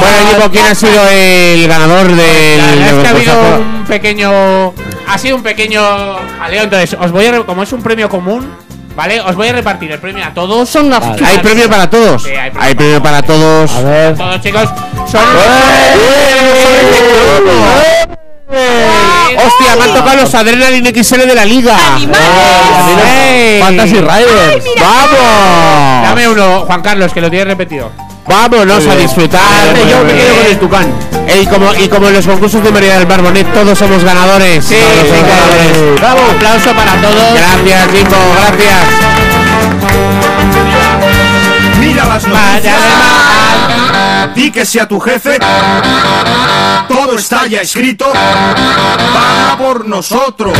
A: Bueno, equipo, ¿quién ha sido el ganador del.?
F: La verdad es que ha
A: pues,
F: habido
A: apo-
F: un pequeño. Ha sido un pequeño jaleo. Entonces, os voy a. re- Como es un premio común, ¿vale? Os voy a repartir el premio a todos. Son una
A: ¿Hay premio para todos?
F: Sí, hay premio
A: Hay premio para todos.
D: A ver.
F: Todos, chicos. Son. ¡Eh!
A: ¡Eh! ¡Hostia, me han tocado los Adrenaline XL de la liga!
I: ¡Animales!
A: ¡Ey!
D: Fantasy Riders.
A: ¡Vamos!
F: Dame uno, Juan Carlos, que lo tienes repetido.
A: ¡Vámonos a disfrutar!
F: Hombre, yo me quedo con el
A: Tucán. y, como, y como en los concursos de María del Barbonet, todos somos ganadores.
F: Sí,
A: Todos somos
F: sí,
A: ganadores.
F: sí. Un aplauso para todos.
A: Gracias, Nico, gracias.
B: Mira las
F: Vaya
B: noticias.
F: de mal.
B: Di que sea tu jefe. Todo está ya escrito. Van a por nosotros.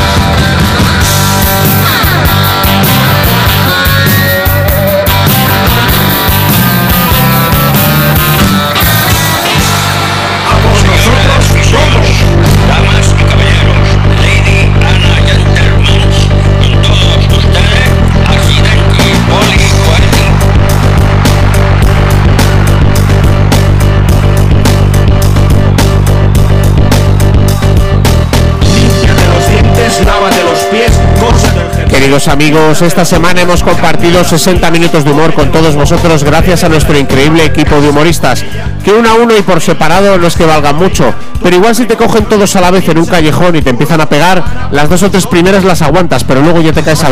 B: A por nosotros.
R: Damas y caballeros, Lady Ana Gentlemen, con todos ustedes, Accidente y Poli Cuerti.
B: Límpiate los dientes, lávate los pies, cosa del jefe.
A: Queridos amigos, esta semana hemos compartido 60 minutos de humor con todos vosotros gracias a nuestro increíble equipo de humoristas, que uno a uno y por separado no es que valgan mucho, pero igual si te cogen todos a la vez en un callejón y te empiezan a pegar, las dos o tres primeras las aguantas, pero luego ya te caes al